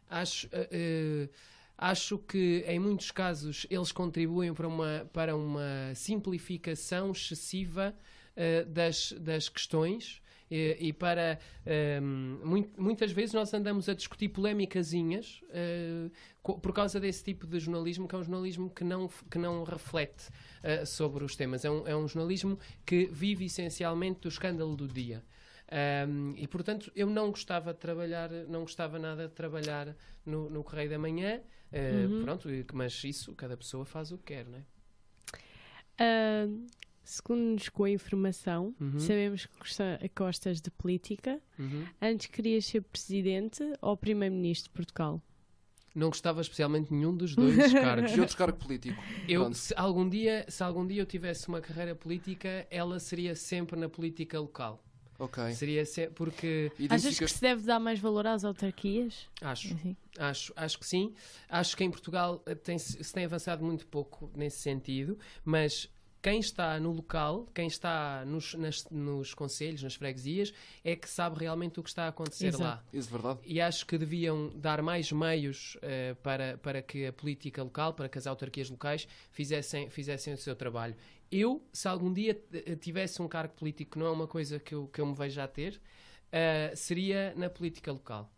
Speaker 2: Acho, eh, eh, acho que em muitos casos eles contribuem para uma, para uma simplificação excessiva eh, das, das questões. eh, E, para eh, mui- muitas vezes nós andamos a discutir polémicazinhas eh, co- por causa desse tipo de jornalismo que é um jornalismo que não, que não reflete eh, sobre os temas. É um, é um jornalismo que vive essencialmente do escândalo do dia. Um, e portanto eu não gostava de trabalhar, não gostava nada de trabalhar no, no Correio da Manhã, eh, pronto, e- mas isso cada pessoa faz o que quer, não é?
Speaker 3: Ah, segundo nos com a informação,
Speaker 2: Uhum.
Speaker 3: sabemos que gosta- gostas de política. Antes querias ser presidente ou primeiro-ministro de Portugal?
Speaker 2: Não gostava especialmente de nenhum dos dois
Speaker 4: É.
Speaker 2: cargos.
Speaker 1: e outro cargo político.
Speaker 2: Eu,
Speaker 1: Pronto.
Speaker 2: se, algum dia, se algum dia eu tivesse uma carreira política, ela seria sempre na política local.
Speaker 1: Ok.
Speaker 2: Seria se- porque
Speaker 4: Achas que
Speaker 1: Identificas...
Speaker 4: se deve dar mais valor às autarquias?
Speaker 2: acho,
Speaker 4: Assim.
Speaker 2: Acho, acho que sim. Acho que em Portugal eh, tem- se tem avançado muito pouco nesse sentido, mas quem está no local, quem está nos, nas- nos conselhos, nas freguesias, é que sabe realmente o que está a acontecer
Speaker 4: Exato.
Speaker 2: lá.
Speaker 1: Isso é verdade.
Speaker 2: E acho que deviam dar mais meios eh, para, para que a política local, para que as autarquias locais fizessem, fizessem o seu trabalho. Eu, se algum dia t- eh, tivesse um cargo político, que não é uma coisa que eu, que eu me vejo a ter, eh, seria na política local.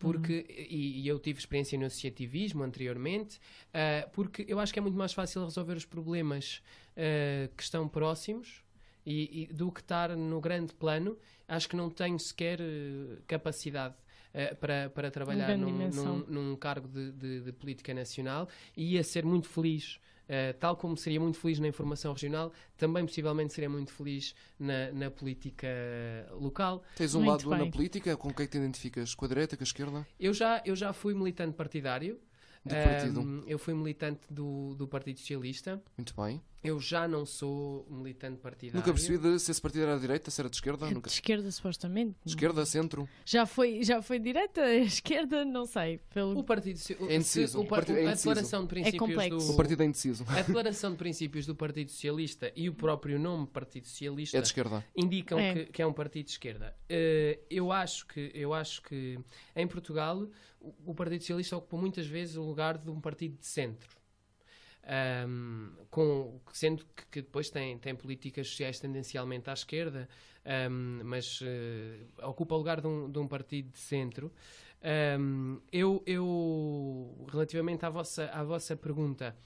Speaker 2: Porque,
Speaker 4: Uhum.
Speaker 2: e, e eu tive experiência no associativismo anteriormente, eh, porque eu acho que é muito mais fácil resolver os problemas eh, que estão próximos e, e do que estar no grande plano, acho que não tenho sequer eh, capacidade eh, para, para trabalhar
Speaker 4: grande
Speaker 2: num,
Speaker 4: dimensão.
Speaker 2: num- num cargo de, de- de política nacional e ia ser muito feliz. eh, tal como seria muito feliz na informação regional, também possivelmente seria muito feliz na, na política eh, local.
Speaker 1: Tens um
Speaker 4: Muito
Speaker 1: lado
Speaker 4: bem.
Speaker 1: na política, com o que é que te identificas? Com a direita, com a esquerda?
Speaker 2: Eu já, eu já fui militante partidário.
Speaker 1: Do
Speaker 2: eh,
Speaker 1: partido.
Speaker 2: eu fui militante do, do Partido Socialista.
Speaker 1: Muito bem.
Speaker 2: Eu já não sou militante partidário.
Speaker 1: Nunca percebi de se esse partido era de direita, se era de esquerda.
Speaker 4: É De
Speaker 1: Nunca...
Speaker 4: esquerda, supostamente. é?
Speaker 1: Esquerda, centro.
Speaker 4: Já foi, já foi direita, esquerda, não sei.
Speaker 2: O
Speaker 4: Pelo...
Speaker 2: Partido Soci- o-
Speaker 1: É indeciso,
Speaker 2: o
Speaker 1: o
Speaker 2: par-
Speaker 1: partido é
Speaker 2: a
Speaker 1: indeciso.
Speaker 2: declaração de princípios
Speaker 4: complexo.
Speaker 2: do
Speaker 1: O partido é indeciso.
Speaker 2: a declaração de princípios do Partido Socialista e o próprio nome Partido Socialista
Speaker 1: É de esquerda.
Speaker 2: indicam
Speaker 4: É.
Speaker 2: Que, que é um partido de esquerda. Eh, eu, acho que, eu acho que em Portugal o, o Partido Socialista ocupa muitas vezes o lugar de um partido de centro. Ahm, com, sendo que, que depois tem, tem políticas sociais tendencialmente à esquerda, ahm, mas eh, ocupa o lugar de um, de um partido de centro. Ahm, eu, eu, relativamente à vossa, à vossa pergunta,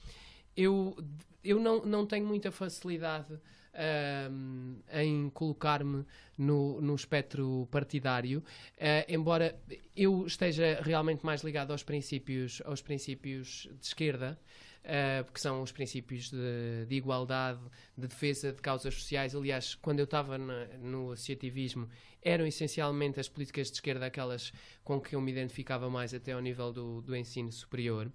Speaker 2: eu, eu não, não tenho muita facilidade ahm, em colocar-me no, no espectro partidário, eh, embora eu esteja realmente mais ligado aos princípios, aos princípios de esquerda, eh, que são os princípios de, de igualdade, de defesa de causas sociais. Aliás, quando eu estava na- no associativismo, eram essencialmente as políticas de esquerda aquelas com que eu me identificava mais até ao nível do, do ensino superior.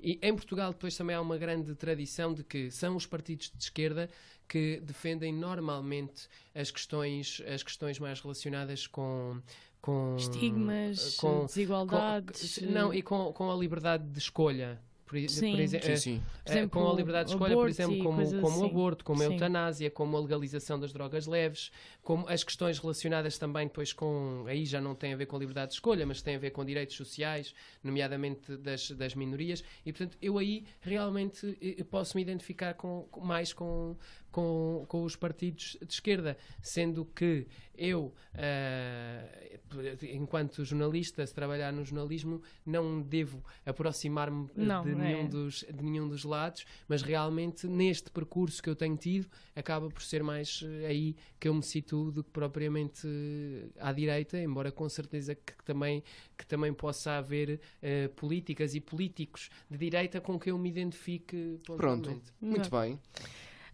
Speaker 2: E em Portugal depois também há uma grande tradição de que são os partidos de esquerda que defendem normalmente as questões, as questões mais relacionadas com com
Speaker 1: Hum,
Speaker 4: Estigmas,
Speaker 2: com,
Speaker 4: desigualdades.
Speaker 2: com- não e com, com a liberdade de escolha. Por, i-
Speaker 4: Sim.
Speaker 2: por exemplo,
Speaker 1: Sim, sim.
Speaker 2: eh,
Speaker 4: Por exemplo,
Speaker 2: com a liberdade de escolha, por
Speaker 4: aborto
Speaker 2: exemplo,
Speaker 4: e
Speaker 2: como,
Speaker 4: coisas
Speaker 2: como o
Speaker 4: assim.
Speaker 2: aborto, como a
Speaker 4: Sim.
Speaker 2: eutanásia, como a legalização das drogas leves, como as questões relacionadas também depois com, aí já não tem a ver com liberdade de escolha, mas tem a ver com direitos sociais, nomeadamente das, das minorias, e portanto eu aí realmente eh, posso me identificar com, com- mais com, com, com os partidos de esquerda, sendo que eu, ah, enquanto jornalista, se trabalhar no jornalismo, não devo aproximar-me de,
Speaker 4: Não, não é.
Speaker 2: nenhum dos, de nenhum dos lados, mas realmente neste percurso que eu tenho tido, acaba por ser mais eh, aí que eu me situo do que propriamente eh, à direita, embora com certeza que também, que também possa haver eh, políticas e políticos de direita com que eu me identifique
Speaker 1: Pronto.
Speaker 2: pontualmente.
Speaker 1: Muito bem.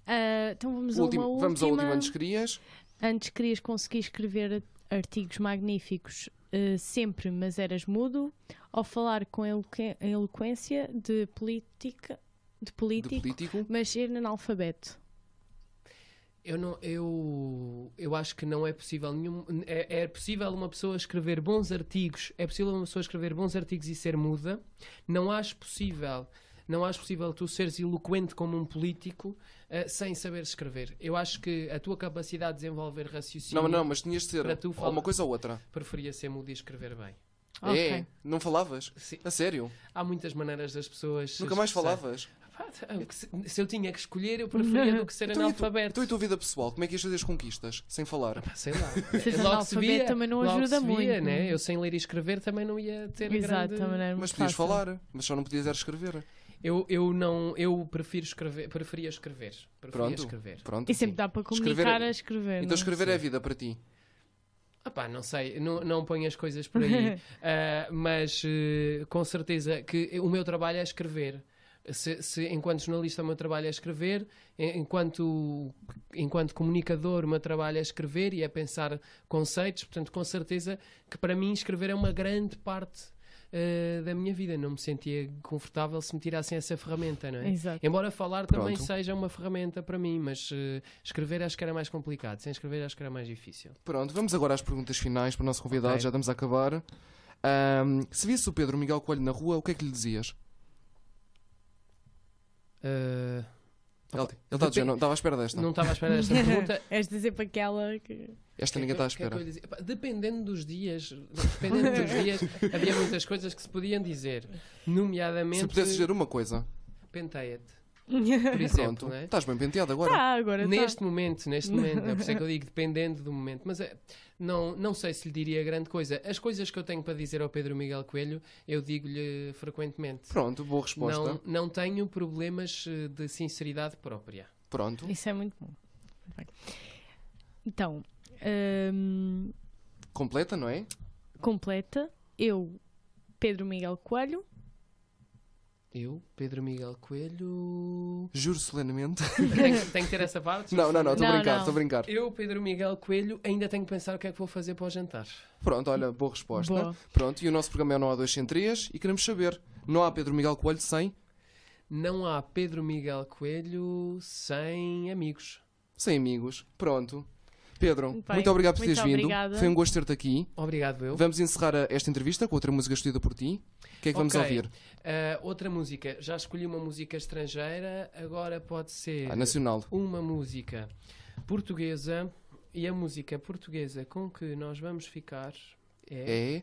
Speaker 4: Ah, então vamos,
Speaker 1: Último-
Speaker 4: a uma
Speaker 1: vamos ao
Speaker 4: última.
Speaker 1: último antes querias.
Speaker 4: Antes querias conseguir escrever artigos magníficos eh, sempre, mas eras mudo, ou falar com eloque- eloquência de política, de
Speaker 1: De
Speaker 4: político,
Speaker 1: político.
Speaker 4: mas ser analfabeto.
Speaker 2: Eu, não, eu, eu acho que não é possível nenhum. É, é possível uma pessoa escrever bons artigos. É possível uma pessoa escrever bons artigos e ser muda. Não acho possível. Não acho possível tu seres eloquente como um político eh, sem saber escrever. Eu acho que a tua capacidade de desenvolver raciocínio
Speaker 1: Não, não, mas tinhas de ser
Speaker 2: Para tu
Speaker 1: ou
Speaker 2: falar.
Speaker 1: uma coisa ou outra.
Speaker 2: preferia ser muda e escrever bem.
Speaker 1: É, não falavas?
Speaker 2: Sim.
Speaker 1: A sério?
Speaker 2: Há muitas maneiras das pessoas. se
Speaker 1: Nunca mais
Speaker 2: expressarem.
Speaker 1: falavas?
Speaker 2: Pá, t- o que se- Se eu tinha que escolher, eu preferia do que ser
Speaker 1: Então e tu-
Speaker 2: analfabeto.
Speaker 1: Tu e a tua vida pessoal, como é que ias fazer as conquistas? Sem falar?
Speaker 2: Pá, sei lá.
Speaker 4: Ser
Speaker 2: Logo se
Speaker 4: analfabeto
Speaker 2: via,
Speaker 4: também não
Speaker 2: logo
Speaker 4: ajuda
Speaker 2: se via,
Speaker 4: muito.
Speaker 2: Né? Eu sem ler e escrever também não ia ter
Speaker 4: Exato,
Speaker 2: grande...
Speaker 4: também não é. era
Speaker 1: Mas
Speaker 4: muito
Speaker 1: podias
Speaker 4: fácil.
Speaker 1: falar, mas só não podias era escrever.
Speaker 2: Eu, eu não, eu prefiro escrever, preferia escrever, preferia
Speaker 1: Pronto.
Speaker 2: escrever.
Speaker 1: Pronto.
Speaker 4: E sempre
Speaker 1: sim.
Speaker 4: dá para
Speaker 1: Escrever-
Speaker 4: comunicar a escrever.
Speaker 1: Então
Speaker 4: não?
Speaker 1: escrever é a vida para ti.
Speaker 2: Ah pá, não sei, não, não ponho as coisas por aí, Ah, mas eh, com certeza que o meu trabalho é escrever. Se, se enquanto jornalista o meu trabalho é escrever, en- enquanto, enquanto comunicador o meu trabalho é escrever e é pensar conceitos, portanto com certeza que para mim escrever é uma grande parte eh, da minha vida. Não me sentia confortável se me tirassem essa ferramenta, não é?
Speaker 4: Exato.
Speaker 2: Embora falar também
Speaker 1: Pronto.
Speaker 2: seja uma ferramenta para mim, mas eh, escrever acho que era mais complicado. Sem escrever acho que era mais difícil.
Speaker 1: Pronto, vamos agora às perguntas finais para o nosso convidado,
Speaker 2: Ok.
Speaker 1: já estamos a acabar. Ahm, se visse o Pedro Miguel Coelho na rua, o que é que lhe dizias?
Speaker 2: Eh,
Speaker 1: Ele está a dizer,
Speaker 2: Depende-
Speaker 1: não estava à espera desta.
Speaker 2: não estava à espera desta pergunta.
Speaker 4: És dizer para aquela que.
Speaker 1: Esta ninguém está à
Speaker 2: O que é que
Speaker 1: espera.
Speaker 2: eu lhe dizia? Epá, Dependendo dos dias, dependendo dos dias, havia muitas coisas que se podiam dizer, nomeadamente
Speaker 1: Se pudesse dizer uma coisa,
Speaker 2: penteia-te, por exemplo,
Speaker 1: pronto,
Speaker 2: não é?
Speaker 1: estás bem penteado agora.
Speaker 4: Tá, agora tá.
Speaker 2: Neste momento, neste momento, é por isso é que eu digo dependendo do momento, mas é, não, não sei se lhe diria grande coisa. As coisas que eu tenho para dizer ao Pedro Miguel Coelho, eu digo-lhe frequentemente.
Speaker 1: Pronto, boa resposta.
Speaker 2: Não, não tenho problemas eh, de sinceridade própria.
Speaker 1: Pronto.
Speaker 4: Isso é muito bom. Bem. Então, hum,
Speaker 1: Completa, não é?
Speaker 4: completa. Eu, Pedro Miguel Coelho,
Speaker 2: Eu, Pedro Miguel Coelho.
Speaker 1: Juro solenemente.
Speaker 2: Tem, tem que ter essa parte?
Speaker 1: Não, não, não, estou a
Speaker 4: Não,
Speaker 1: brincar,
Speaker 4: não.
Speaker 1: estou a brincar.
Speaker 2: Eu, Pedro Miguel Coelho, ainda tenho que pensar o que é que vou fazer para o jantar.
Speaker 1: Pronto, olha, boa resposta.
Speaker 4: Boa.
Speaker 1: Pronto, e o nosso programa é o Não Há 2 Sem 3 e queremos saber, não há Pedro Miguel Coelho sem,
Speaker 2: Não há Pedro Miguel Coelho sem amigos.
Speaker 1: sem amigos. Pronto. Pedro,
Speaker 4: Bem,
Speaker 1: muito obrigado por
Speaker 4: muito
Speaker 1: teres vindo.
Speaker 4: obrigada.
Speaker 1: Foi um gosto ter-te aqui.
Speaker 2: Obrigado, eu.
Speaker 1: Vamos encerrar a- esta entrevista com outra música escolhida por ti. O que é que vamos
Speaker 2: Ok.
Speaker 1: ouvir?
Speaker 2: Ah, outra música. Já escolhi uma música estrangeira, agora pode ser
Speaker 1: Ah, nacional.
Speaker 2: uma música portuguesa. E a música portuguesa com que nós vamos ficar
Speaker 1: É.
Speaker 2: é.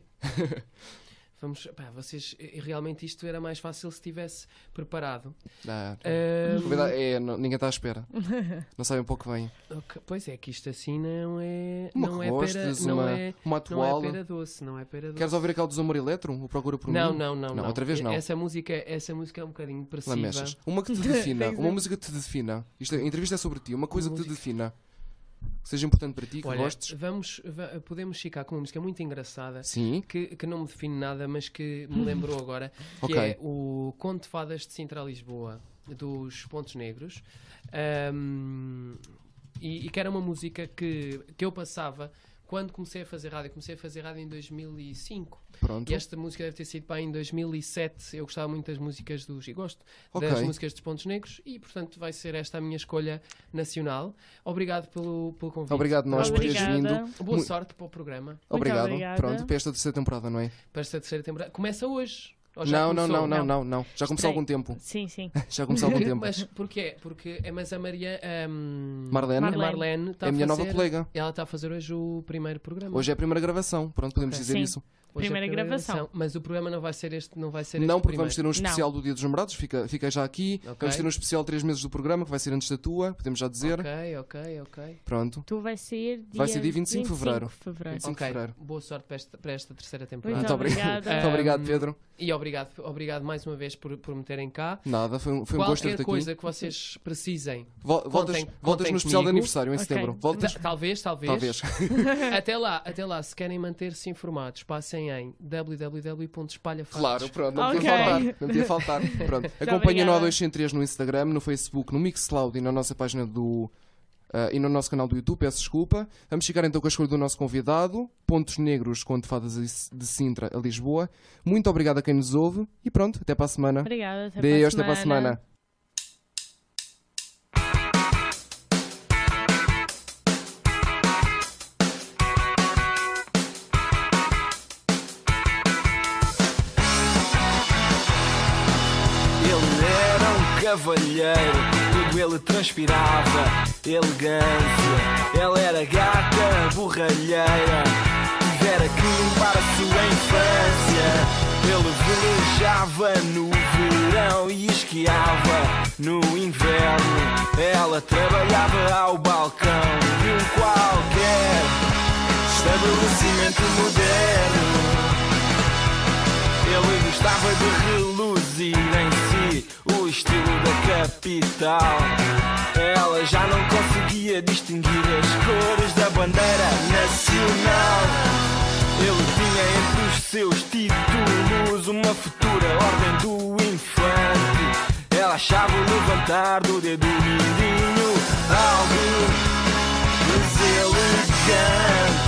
Speaker 2: Vamos, pá, vocês, eh, realmente isto era mais fácil se tivesse preparado.
Speaker 1: Ah,
Speaker 2: Ah,
Speaker 1: convida- é, não- ninguém está à espera. Não sabem um pouco bem.
Speaker 2: ok, pois é, que isto assim não é.
Speaker 1: Uma
Speaker 2: não é
Speaker 1: rostes,
Speaker 2: pera, não
Speaker 1: uma,
Speaker 2: é,
Speaker 1: uma
Speaker 2: não é
Speaker 1: toalha.
Speaker 2: pera doce, não é pera doce.
Speaker 1: Queres ouvir aquele do Amor Eletro? O Procura por
Speaker 2: não,
Speaker 1: mim?
Speaker 2: não, não,
Speaker 1: Não, outra vez não.
Speaker 2: Essa música, essa música é um bocadinho depressiva.
Speaker 1: Lamechas. Uma que te defina,
Speaker 4: Thanks,
Speaker 1: uma
Speaker 4: man.
Speaker 1: música que te defina. Isto, é- a entrevista é sobre ti, uma coisa
Speaker 2: Uma
Speaker 1: que te
Speaker 2: música.
Speaker 1: defina. Que seja importante para ti, que
Speaker 2: Olha, eh,
Speaker 1: gostes.
Speaker 2: vamos, va- podemos ficar com uma música muito engraçada
Speaker 1: Sim.
Speaker 2: que, que não me define nada, mas que me lembrou agora, que
Speaker 1: Ok.
Speaker 2: é o Conto de Fadas de Sintra Lisboa, dos Pontos Negros. Ahm, e, e que era uma música que, que eu passava quando comecei a fazer rádio. Comecei a fazer rádio em 2005.
Speaker 1: Pronto.
Speaker 2: E esta música deve ter sido pá, em 2007. Eu gostava muito das músicas dos. E gosto
Speaker 1: Ok.
Speaker 2: das músicas dos Pontos Negros. E, portanto, vai ser esta a minha escolha nacional. Obrigado pelo, pelo convite.
Speaker 1: Obrigado nós por teres vindo.
Speaker 4: Obrigada.
Speaker 2: Boa
Speaker 1: Mu-
Speaker 2: sorte para o programa.
Speaker 1: Obrigado.
Speaker 4: obrigada.
Speaker 1: Pronto, para esta terceira temporada, não é?
Speaker 2: Para esta terceira temporada. Começa hoje. Ou Oh, já
Speaker 1: Não, não,
Speaker 2: começou?
Speaker 1: não, não, não, não. Já começou há algum tempo.
Speaker 4: Sim, sim.
Speaker 1: Já começou há algum tempo.
Speaker 2: Mas porquê? Porque é, mas a Maria. hum,
Speaker 1: Marlene,
Speaker 2: a Marlene está
Speaker 1: é a minha
Speaker 2: a
Speaker 1: nova
Speaker 2: fazer- Hum.
Speaker 1: colega.
Speaker 2: Ela está a fazer hoje o primeiro programa.
Speaker 1: Hoje é a primeira gravação. Pronto, podemos
Speaker 2: Ok.
Speaker 1: dizer
Speaker 4: Sim.
Speaker 1: isso.
Speaker 2: Hoje é a
Speaker 4: Primeira gravação.
Speaker 2: Mas o programa não vai ser este, não vai ser
Speaker 1: Não,
Speaker 2: este
Speaker 1: porque
Speaker 2: primeiro.
Speaker 1: vamos ter um especial do Dia dos Namorados, fica, fica já aqui.
Speaker 2: Ok.
Speaker 1: Vamos ter um especial de 3 meses do programa, que vai ser antes da tua, podemos já dizer.
Speaker 2: Ok, ok, ok.
Speaker 1: Pronto.
Speaker 4: Tu vais sair dia
Speaker 1: Vai ser dia 25 de fevereiro.
Speaker 4: 25 de fevereiro.
Speaker 1: 25 de
Speaker 2: Ok,
Speaker 1: fevereiro.
Speaker 2: Boa sorte para esta, para esta terceira temporada.
Speaker 4: Muito
Speaker 1: Muito obrigado.
Speaker 4: obrigada.
Speaker 1: Muito obrigado,
Speaker 2: Ahm,
Speaker 1: Pedro.
Speaker 2: E obrigado, obrigado mais uma vez por, por me terem cá.
Speaker 1: Nada, foi um, foi um gosto
Speaker 2: Qualquer
Speaker 1: ter-te aqui.
Speaker 2: coisa que vocês precisem,
Speaker 1: Vol- voltas
Speaker 2: contem-
Speaker 1: voltas
Speaker 2: contem
Speaker 1: no especial de
Speaker 2: comigo.
Speaker 1: aniversário em
Speaker 4: Ok.
Speaker 1: setembro. Voltas?
Speaker 2: ta- talvez, talvez.
Speaker 1: Talvez.
Speaker 2: Até lá, até lá, se querem manter-se informados, passem em www.espalhafatos.
Speaker 1: Claro, pronto, não
Speaker 4: Ok.
Speaker 1: podia faltar. Não podia faltar. Pronto. Acompanha-nos ao
Speaker 4: obrigada.
Speaker 1: 203 no Instagram, no Facebook, no Mixcloud e na nossa página do. ah, e no nosso canal do YouTube, peço desculpa. Vamos ficar então com a escolha do nosso convidado, Pontos Negros com Fadas de Sintra a Lisboa. Muito obrigado a quem nos ouve e pronto, até para a semana.
Speaker 4: Obrigada. Até
Speaker 1: Deus,
Speaker 4: para
Speaker 1: até para a semana.
Speaker 5: Ele era um cavalheiro, tudo ele transpirava elegância. Ela era gata, borralheira, tivera que limpar a sua infância. Ele velejava no verão e esquiava no inverno. Ela trabalhava ao balcão de um qualquer estabelecimento moderno. Ele gostava de reluzir em si o estilo da capital. Ela já não conseguia distinguir as cores da bandeira nacional. Ele tinha entre os seus títulos uma futura ordem do infante. Ela achava o levantar do dedo mindinho algo deselegante.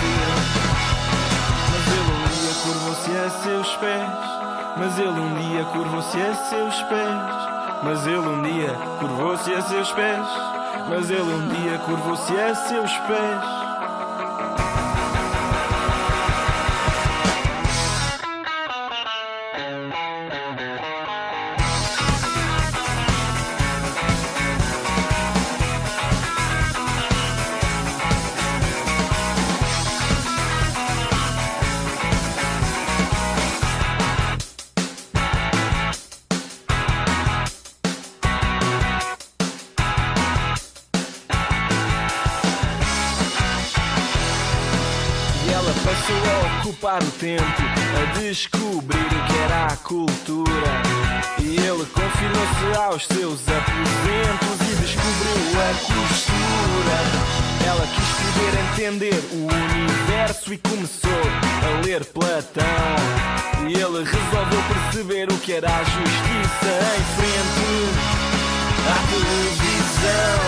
Speaker 5: Mas ele um dia curvou-se a seus pés. Mas ele um dia curvou-se a seus pés. Mas ele um dia curvou-se a seus pés. Mas ele um dia curvou-se a seus pés. E ela passou a ocupar o tempo a descobrir o que era a cultura. E ele confinou-se aos seus aposentos e descobriu a costura. Ela quis poder entender o universo e começou a ler Platão. E ele resolveu perceber o que era a justiça em frente à televisão.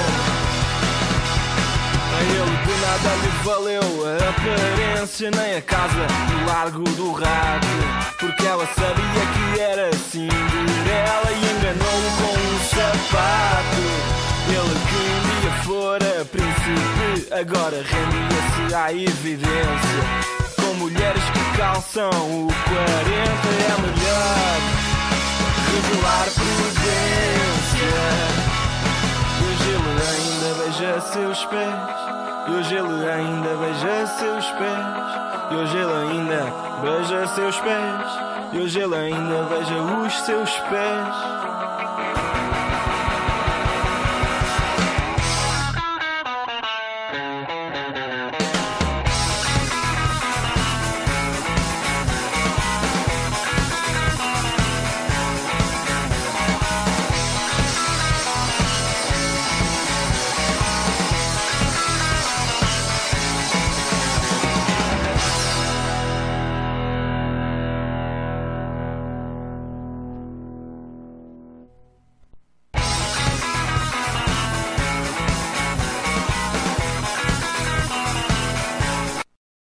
Speaker 5: A ele de nada lhe valeu a aparência nem a casa no largo do rato Porque ela sabia que era Cinderela e enganou-o com um sapato Ele que um dia fora príncipe agora rendia-se à evidência Com mulheres que calçam o 40 é melhor revelar prudência e hoje ele ainda beija seus pés. E hoje ele ainda beija seus pés. E hoje ele ainda beija seus pés. E hoje ele ainda beija os seus pés.